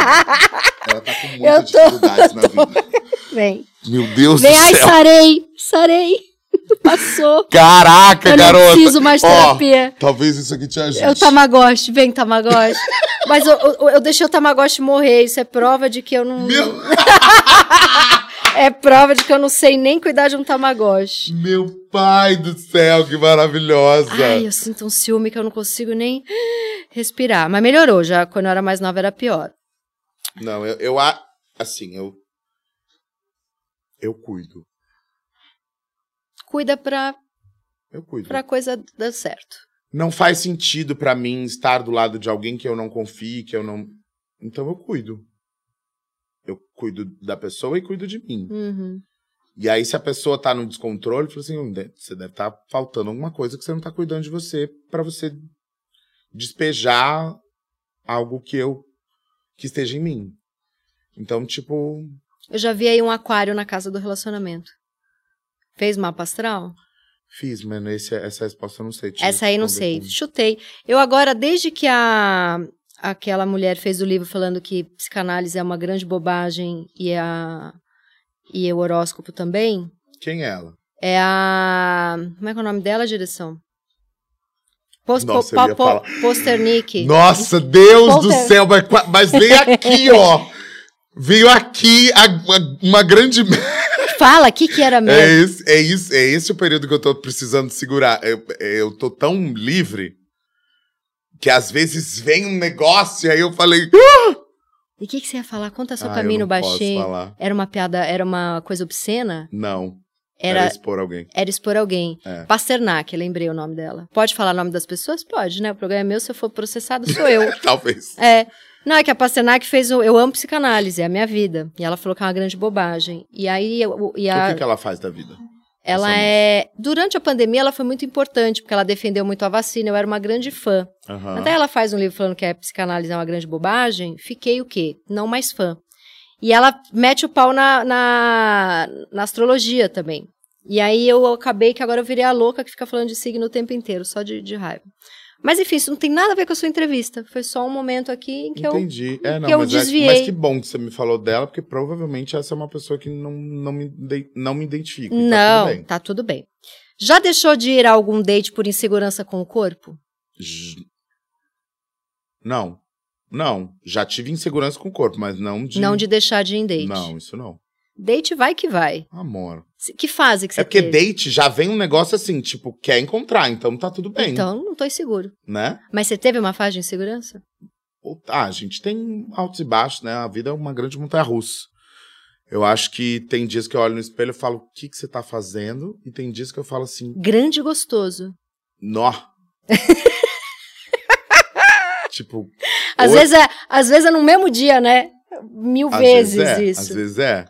S2: Ela tá com
S1: Eu
S2: muita
S1: tô-
S2: dificuldades na vida.
S1: Vem.
S2: Meu Deus
S1: Vem, assim.
S2: do
S1: ai,
S2: céu.
S1: sarei! Sarei! Passou!
S2: Caraca,
S1: eu
S2: garota.
S1: não preciso mais
S2: Ó,
S1: terapia.
S2: Talvez isso aqui te ajude.
S1: É o Tamagotchi, vem Tamagotchi. Mas eu, eu, eu deixei o Tamagotchi morrer, isso é prova de que eu não.
S2: Meu,
S1: É prova de que eu não sei nem cuidar de um Tamagotchi.
S2: meu pai do céu, que maravilhosa.
S1: Ai, eu sinto um ciúme que eu não consigo nem respirar. Mas melhorou, já quando eu era mais nova era pior.
S2: Não, eu, eu a- assim, eu eu cuido.
S1: Cuida pra,
S2: Eu cuido.
S1: pra coisa dar certo.
S2: Não faz sentido pra mim estar do lado de alguém que eu não confie, que eu não Então eu cuido. Eu cuido da pessoa e cuido de mim.
S1: Uhum.
S2: E aí se a pessoa tá no descontrole, fala assim, "Hum, de- você deve estar faltando alguma coisa que você não tá cuidando de você pra você despejar algo que eu que esteja em mim. Então, tipo,
S1: Eu já vi aí um aquário na casa do relacionamento. Fez mapa astral?
S2: Fiz, mano. Esse, essa resposta eu não sei. tinha
S1: Essa aí não
S2: que
S1: sei.
S2: responder com-
S1: Chutei. Eu agora, desde que a aquela mulher fez o livro falando que psicanálise é uma grande bobagem e é a e é o horóscopo também,
S2: Quem é ela?
S1: é a como é que é o nome dela, direção? Pos,
S2: Nossa,
S1: po-
S2: eu ia
S1: po- Posternik.
S2: Nossa, Deus
S1: Volta.
S2: do céu! Mas, qua- mas veio aqui, ó. Veio aqui a- a- uma grande.
S1: Fala, o que que era
S2: É
S1: mesmo?
S2: esse, é, isso, é esse o período que eu tô precisando segurar. Eu, eu tô tão livre que às vezes vem um negócio e aí eu falei.
S1: E o que que você ia falar? Conta seu
S2: "Ah, eu
S1: caminho
S2: não posso
S1: baixinho.
S2: falar."
S1: Era uma piada, era uma coisa obscena?
S2: Não, era...
S1: Era,
S2: expor alguém.
S1: era expor alguém.
S2: É.
S1: Pasternak, lembrei o nome dela. Pode falar o nome das pessoas? Pode, né? O programa é meu, se eu for processado, sou eu.
S2: Talvez.
S1: É. Não, é que a Pasternak fez o Eu Amo Psicanálise, é a minha vida. E ela falou que é uma grande bobagem. E aí, eu- e
S2: O
S1: a,
S2: que, que ela faz da vida?
S1: ela
S2: moça?
S1: é. Durante a pandemia, ela foi muito importante, porque ela defendeu muito a vacina. Eu era uma grande fã.
S2: Aham.
S1: Até ela faz um livro falando que a psicanálise é uma grande bobagem. Fiquei o quê? Não mais fã. E ela mete o pau na, na, na astrologia também. E aí eu acabei que agora eu virei a louca que fica falando de signo o tempo inteiro, só de, de raiva. Mas enfim, isso não tem nada a ver com a sua entrevista. Foi só um momento aqui em que eu
S2: Entendi. É, não,
S1: que eu
S2: mas, é-
S1: desviei.
S2: mas que bom que você me falou dela, porque provavelmente essa é uma pessoa que não, não, me, de- não me identifico. e Tá
S1: não,
S2: tudo bem.
S1: tá tudo bem. Já deixou de ir a algum date por insegurança com o corpo?
S2: J- Não. Não. Já tive insegurança com o corpo, mas não de.
S1: Não de deixar de ir em date.
S2: Não, isso não.
S1: Date vai que vai.
S2: Amor.
S1: Se- Que fase que você
S2: é porque
S1: teve?
S2: date já vem um negócio assim, tipo, quer encontrar, então tá tudo bem.
S1: Então, não tô inseguro.
S2: Né?
S1: Mas você teve uma fase de insegurança?
S2: Ou- Ah, a gente tem altos e baixos, né? A vida é uma grande montanha russa. Eu acho que tem dias que eu olho no espelho e falo, o que, que você tá fazendo? E tem dias que eu falo assim,
S1: Grande e gostoso.
S2: Nó. tipo,
S1: Às
S2: Oi.
S1: vezes, é, às vezes é no mesmo dia, né? Mil
S2: às
S1: vezes,
S2: é, Às
S1: isso.
S2: vezes é.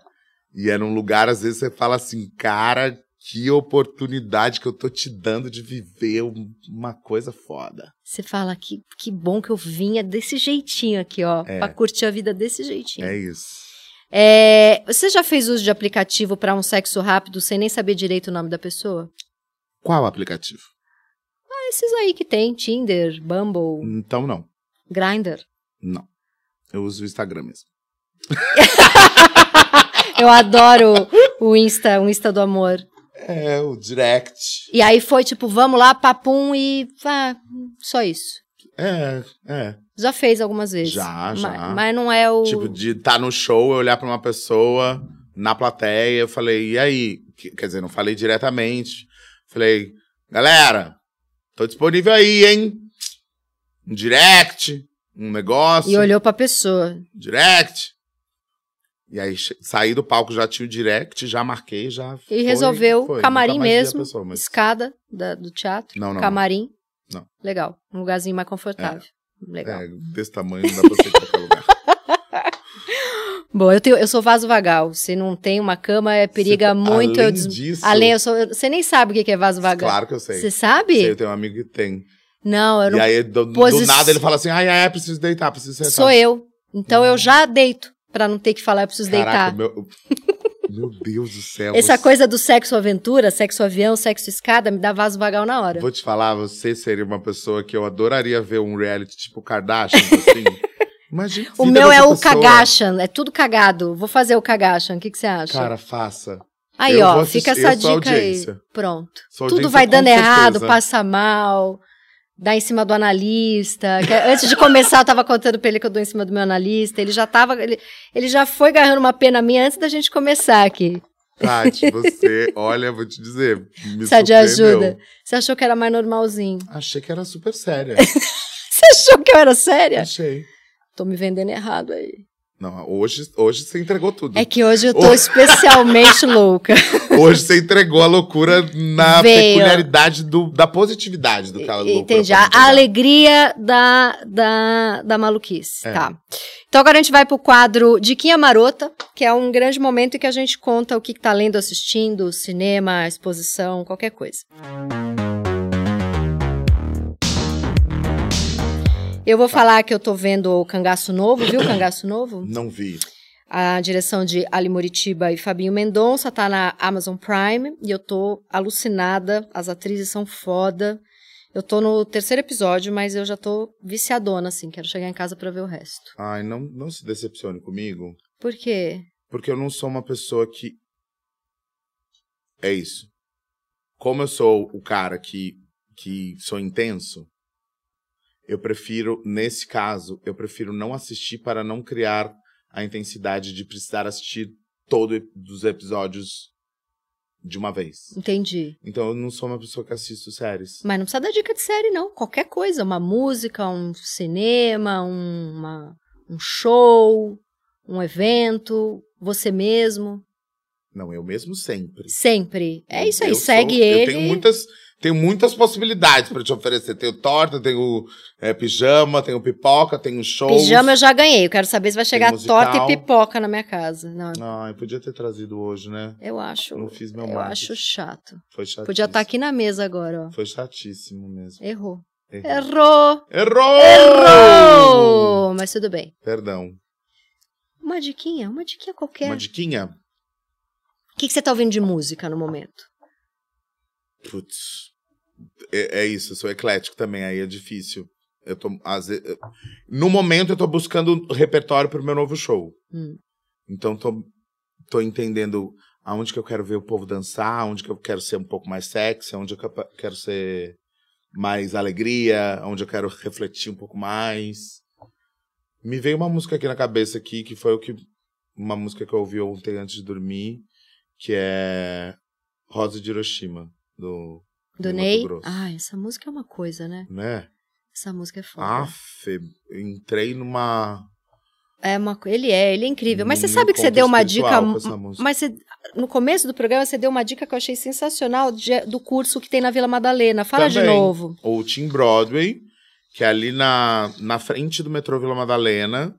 S2: E é num lugar, às vezes você fala assim, cara, que oportunidade que eu tô te dando de viver um- uma coisa foda.
S1: Você fala que, que bom que eu vinha desse jeitinho aqui, ó.
S2: É.
S1: Pra curtir a vida desse jeitinho.
S2: É isso.
S1: É, você já fez uso de aplicativo pra um sexo rápido sem nem saber direito o nome da pessoa?
S2: Qual aplicativo?
S1: Ah, esses aí que tem: Tinder, Bumble,
S2: Então, não.
S1: Grindr.
S2: Não. Eu uso o Instagram mesmo.
S1: Eu adoro o Insta, o Insta do amor.
S2: É, o Direct.
S1: E aí foi tipo, vamos lá, papum e. Ah, só isso.
S2: É, é.
S1: Já fez algumas vezes.
S2: Já,
S1: Ma-
S2: já.
S1: Mas, não é o.
S2: Tipo, de estar tá no show, eu olhar pra uma pessoa na plateia, eu falei, e aí? Que- Quer dizer, não falei diretamente. Falei, galera, tô disponível aí, hein? Um direct, um negócio. um
S1: E olhou pra pessoa.
S2: Direct. E aí che- saí do palco, já tinha o direct, já marquei, já. E
S1: resolveu, camarim mesmo,
S2: Pessoa, mas...
S1: Escada da- do teatro.
S2: Não, não.
S1: camarim.
S2: Não.
S1: Legal. Um lugarzinho mais confortável. Legal.
S2: É, desse tamanho não dá pra ser em qualquer lugar.
S1: Bom, eu, tenho, eu sou vaso vagal. Se não tem uma cama, é periga
S2: Você- tá
S1: muito.
S2: Além
S1: eu des...
S2: disso.
S1: Além, eu sou. eu- Você nem sabe o que que é vaso vagal.
S2: Claro que eu sei.
S1: Você sabe?
S2: Sei, eu tenho um amigo que tem.
S1: Não, eu
S2: E
S1: não.
S2: aí, do, do
S1: Posi-
S2: nada, ele fala assim: ai, ai, preciso deitar, preciso sentar.
S1: Sou eu. Então eu já deito. Pra não ter que falar, eu preciso
S2: Uhum. Caraca,
S1: deitar.
S2: Meu... meu Deus do céu.
S1: Essa
S2: você-
S1: coisa do sexo aventura, sexo avião, sexo escada, me dá vaso vagal na hora.
S2: Vou te falar, você seria uma pessoa que eu adoraria ver um reality tipo Kardashian, assim. Imagina. a
S1: O
S2: vida
S1: meu é
S2: dessa
S1: o
S2: pessoa.
S1: Kagashan, é tudo cagado. Vou fazer o Kagashan, o que que você acha?
S2: Cara, faça.
S1: aí,
S2: eu
S1: ó,
S2: vou assistir-
S1: fica
S2: eu
S1: essa
S2: sou
S1: dica aí.
S2: audiência.
S1: Pronto.
S2: Sua
S1: Tudo
S2: audiência,
S1: vai
S2: com
S1: dando
S2: certeza.
S1: errado, passa mal, dá em cima do analista. que é, antes de começar, eu tava contando pra ele que eu dou em cima do meu analista. Ele já tava. Ele, ele já foi agarrando uma pena minha antes da gente começar aqui.
S2: Tati, você, olha, vou te dizer. Me
S1: Precisa de
S2: surpreendeu.
S1: ajuda. Você achou que era mais normalzinho?
S2: Achei que era super séria.
S1: Você achou que eu era séria?
S2: Achei.
S1: Tô me vendendo errado aí.
S2: Não, hoje, hoje você entregou tudo.
S1: É que hoje eu tô
S2: Oh.
S1: especialmente louca.
S2: Hoje você entregou a loucura na
S1: Veio.
S2: peculiaridade do, da positividade do cara loucura.
S1: Entendi.
S2: pra tá
S1: A,
S2: entregar.
S1: a alegria da, da, da maluquice.
S2: É.
S1: Tá. Então agora a gente vai pro quadro Diquinha Marota, que é um grande momento em que a gente conta o que, que tá lendo, assistindo, cinema, exposição, qualquer coisa. Eu vou falar que eu tô vendo o Cangaço Novo, viu o Cangaço Novo?
S2: Não vi.
S1: A direção de Ali Moritiba e Fabinho Mendonça tá na Amazon Prime e eu tô alucinada. As atrizes são foda. Eu tô no terceiro episódio, mas eu já tô viciadona, assim. Quero chegar em casa pra ver o resto.
S2: Ai, não, não se decepcione comigo,
S1: Por quê?
S2: porque eu não sou uma pessoa que. É isso. Como eu sou o cara que, que sou intenso, eu prefiro, nesse caso, eu prefiro não assistir para não criar a intensidade de precisar assistir todos os episódios de uma vez.
S1: Entendi.
S2: Então eu não sou uma pessoa que assisto séries.
S1: Mas não precisa dar dica de série, não. Qualquer coisa. Uma música, um cinema, um, uma- um show, um evento, você mesmo.
S2: Não, eu mesmo sempre.
S1: Sempre. É isso aí.
S2: Eu sou-
S1: Segue ele.
S2: Eu tenho muitas, tenho muitas possibilidades pra te oferecer. Tenho torta, tenho é, pijama, tenho pipoca, tenho show.
S1: Pijama eu já ganhei. Eu quero saber se vai chegar
S2: musical.
S1: torta e pipoca na minha casa. Não,
S2: Ai, podia ter trazido hoje, né?
S1: eu acho.
S2: Não fiz meu
S1: Eu
S2: marketing.
S1: acho chato.
S2: Foi chatíssimo.
S1: Podia estar aqui na mesa agora, ó.
S2: Foi chatíssimo mesmo.
S1: Errou.
S2: Errei.
S1: Errou!
S2: Errou!
S1: Errou! Mas tudo bem.
S2: Perdão.
S1: Uma diquinha, uma diquinha qualquer.
S2: Uma diquinha?
S1: O que, que você tá ouvindo de música no momento?
S2: Putz. É, é isso, eu sou eclético também, aí é difícil. Eu tô, às ve- eu- no momento eu tô buscando um repertório pro meu novo show.
S1: Hum.
S2: Então tô, tô entendendo aonde que eu quero ver o povo dançar, aonde que eu quero ser um pouco mais sexy, aonde eu capa- quero ser mais alegria, aonde eu quero refletir um pouco mais. Me veio uma música aqui na cabeça aqui que foi o que uma música que eu ouvi ontem antes de dormir, que é Rosa de Hiroshima do,
S1: Do
S2: Do
S1: Ney?
S2: Mato Grosso.
S1: Ah, essa música é uma coisa, né?
S2: né?
S1: Essa música é foda.
S2: Aff, eu entrei numa
S1: É uma, co- ele é, ele é incrível. Mas você
S2: num
S1: sabe que você
S2: encontro
S1: deu uma
S2: espiritual
S1: dica.
S2: com essa música.
S1: Mas você- no começo do programa você deu uma dica que eu achei sensacional de- do curso que tem na Vila Madalena. Fala de
S2: Também.
S1: novo.
S2: ou Team Broadway, que é ali na, na frente do metrô Vila Madalena.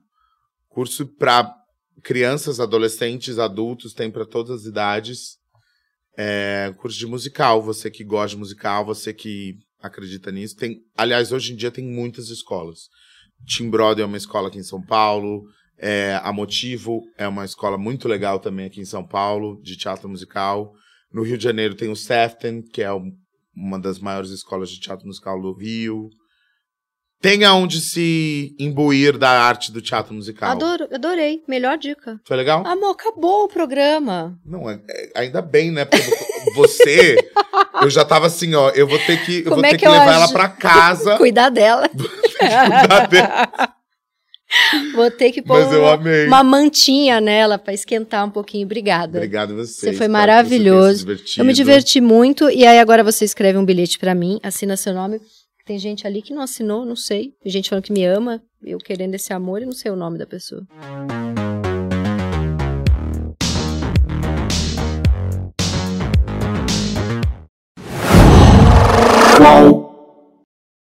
S2: Curso para crianças, adolescentes, adultos, tem para todas as idades. É, curso de musical, você que gosta de musical, você que acredita nisso. Tem, aliás, hoje em dia tem muitas escolas. Team Broadway é uma escola aqui em São Paulo. É, a Motivo é uma escola muito legal também aqui em São Paulo, de teatro musical. No Rio de Janeiro tem o Sefton, que é um- uma das maiores escolas de teatro musical do Rio. Tem aonde se imbuir da arte do teatro musical.
S1: Adoro, adorei. Melhor dica.
S2: Foi legal?
S1: Amor, acabou o programa.
S2: Não, é- é- ainda bem, né? Porque vo- você, eu já tava assim, ó, eu vou ter que, eu
S1: Como
S2: vou
S1: é
S2: ter
S1: que
S2: que,
S1: eu
S2: levar
S1: aju-
S2: ela pra casa.
S1: Cuidar dela.
S2: cuidar dela.
S1: Vou ter que pôr
S2: Mas eu
S1: uma,
S2: amei.
S1: uma mantinha nela pra esquentar um pouquinho. Obrigada.
S2: Obrigado a você.
S1: Você foi
S2: espero que
S1: maravilhoso.
S2: tenha se divertido.
S1: Eu me diverti muito. E aí agora você escreve um bilhete pra mim, assina seu nome. Tem gente ali que não assinou, não sei. Tem gente falando que me ama, eu querendo esse amor e não sei o nome da pessoa.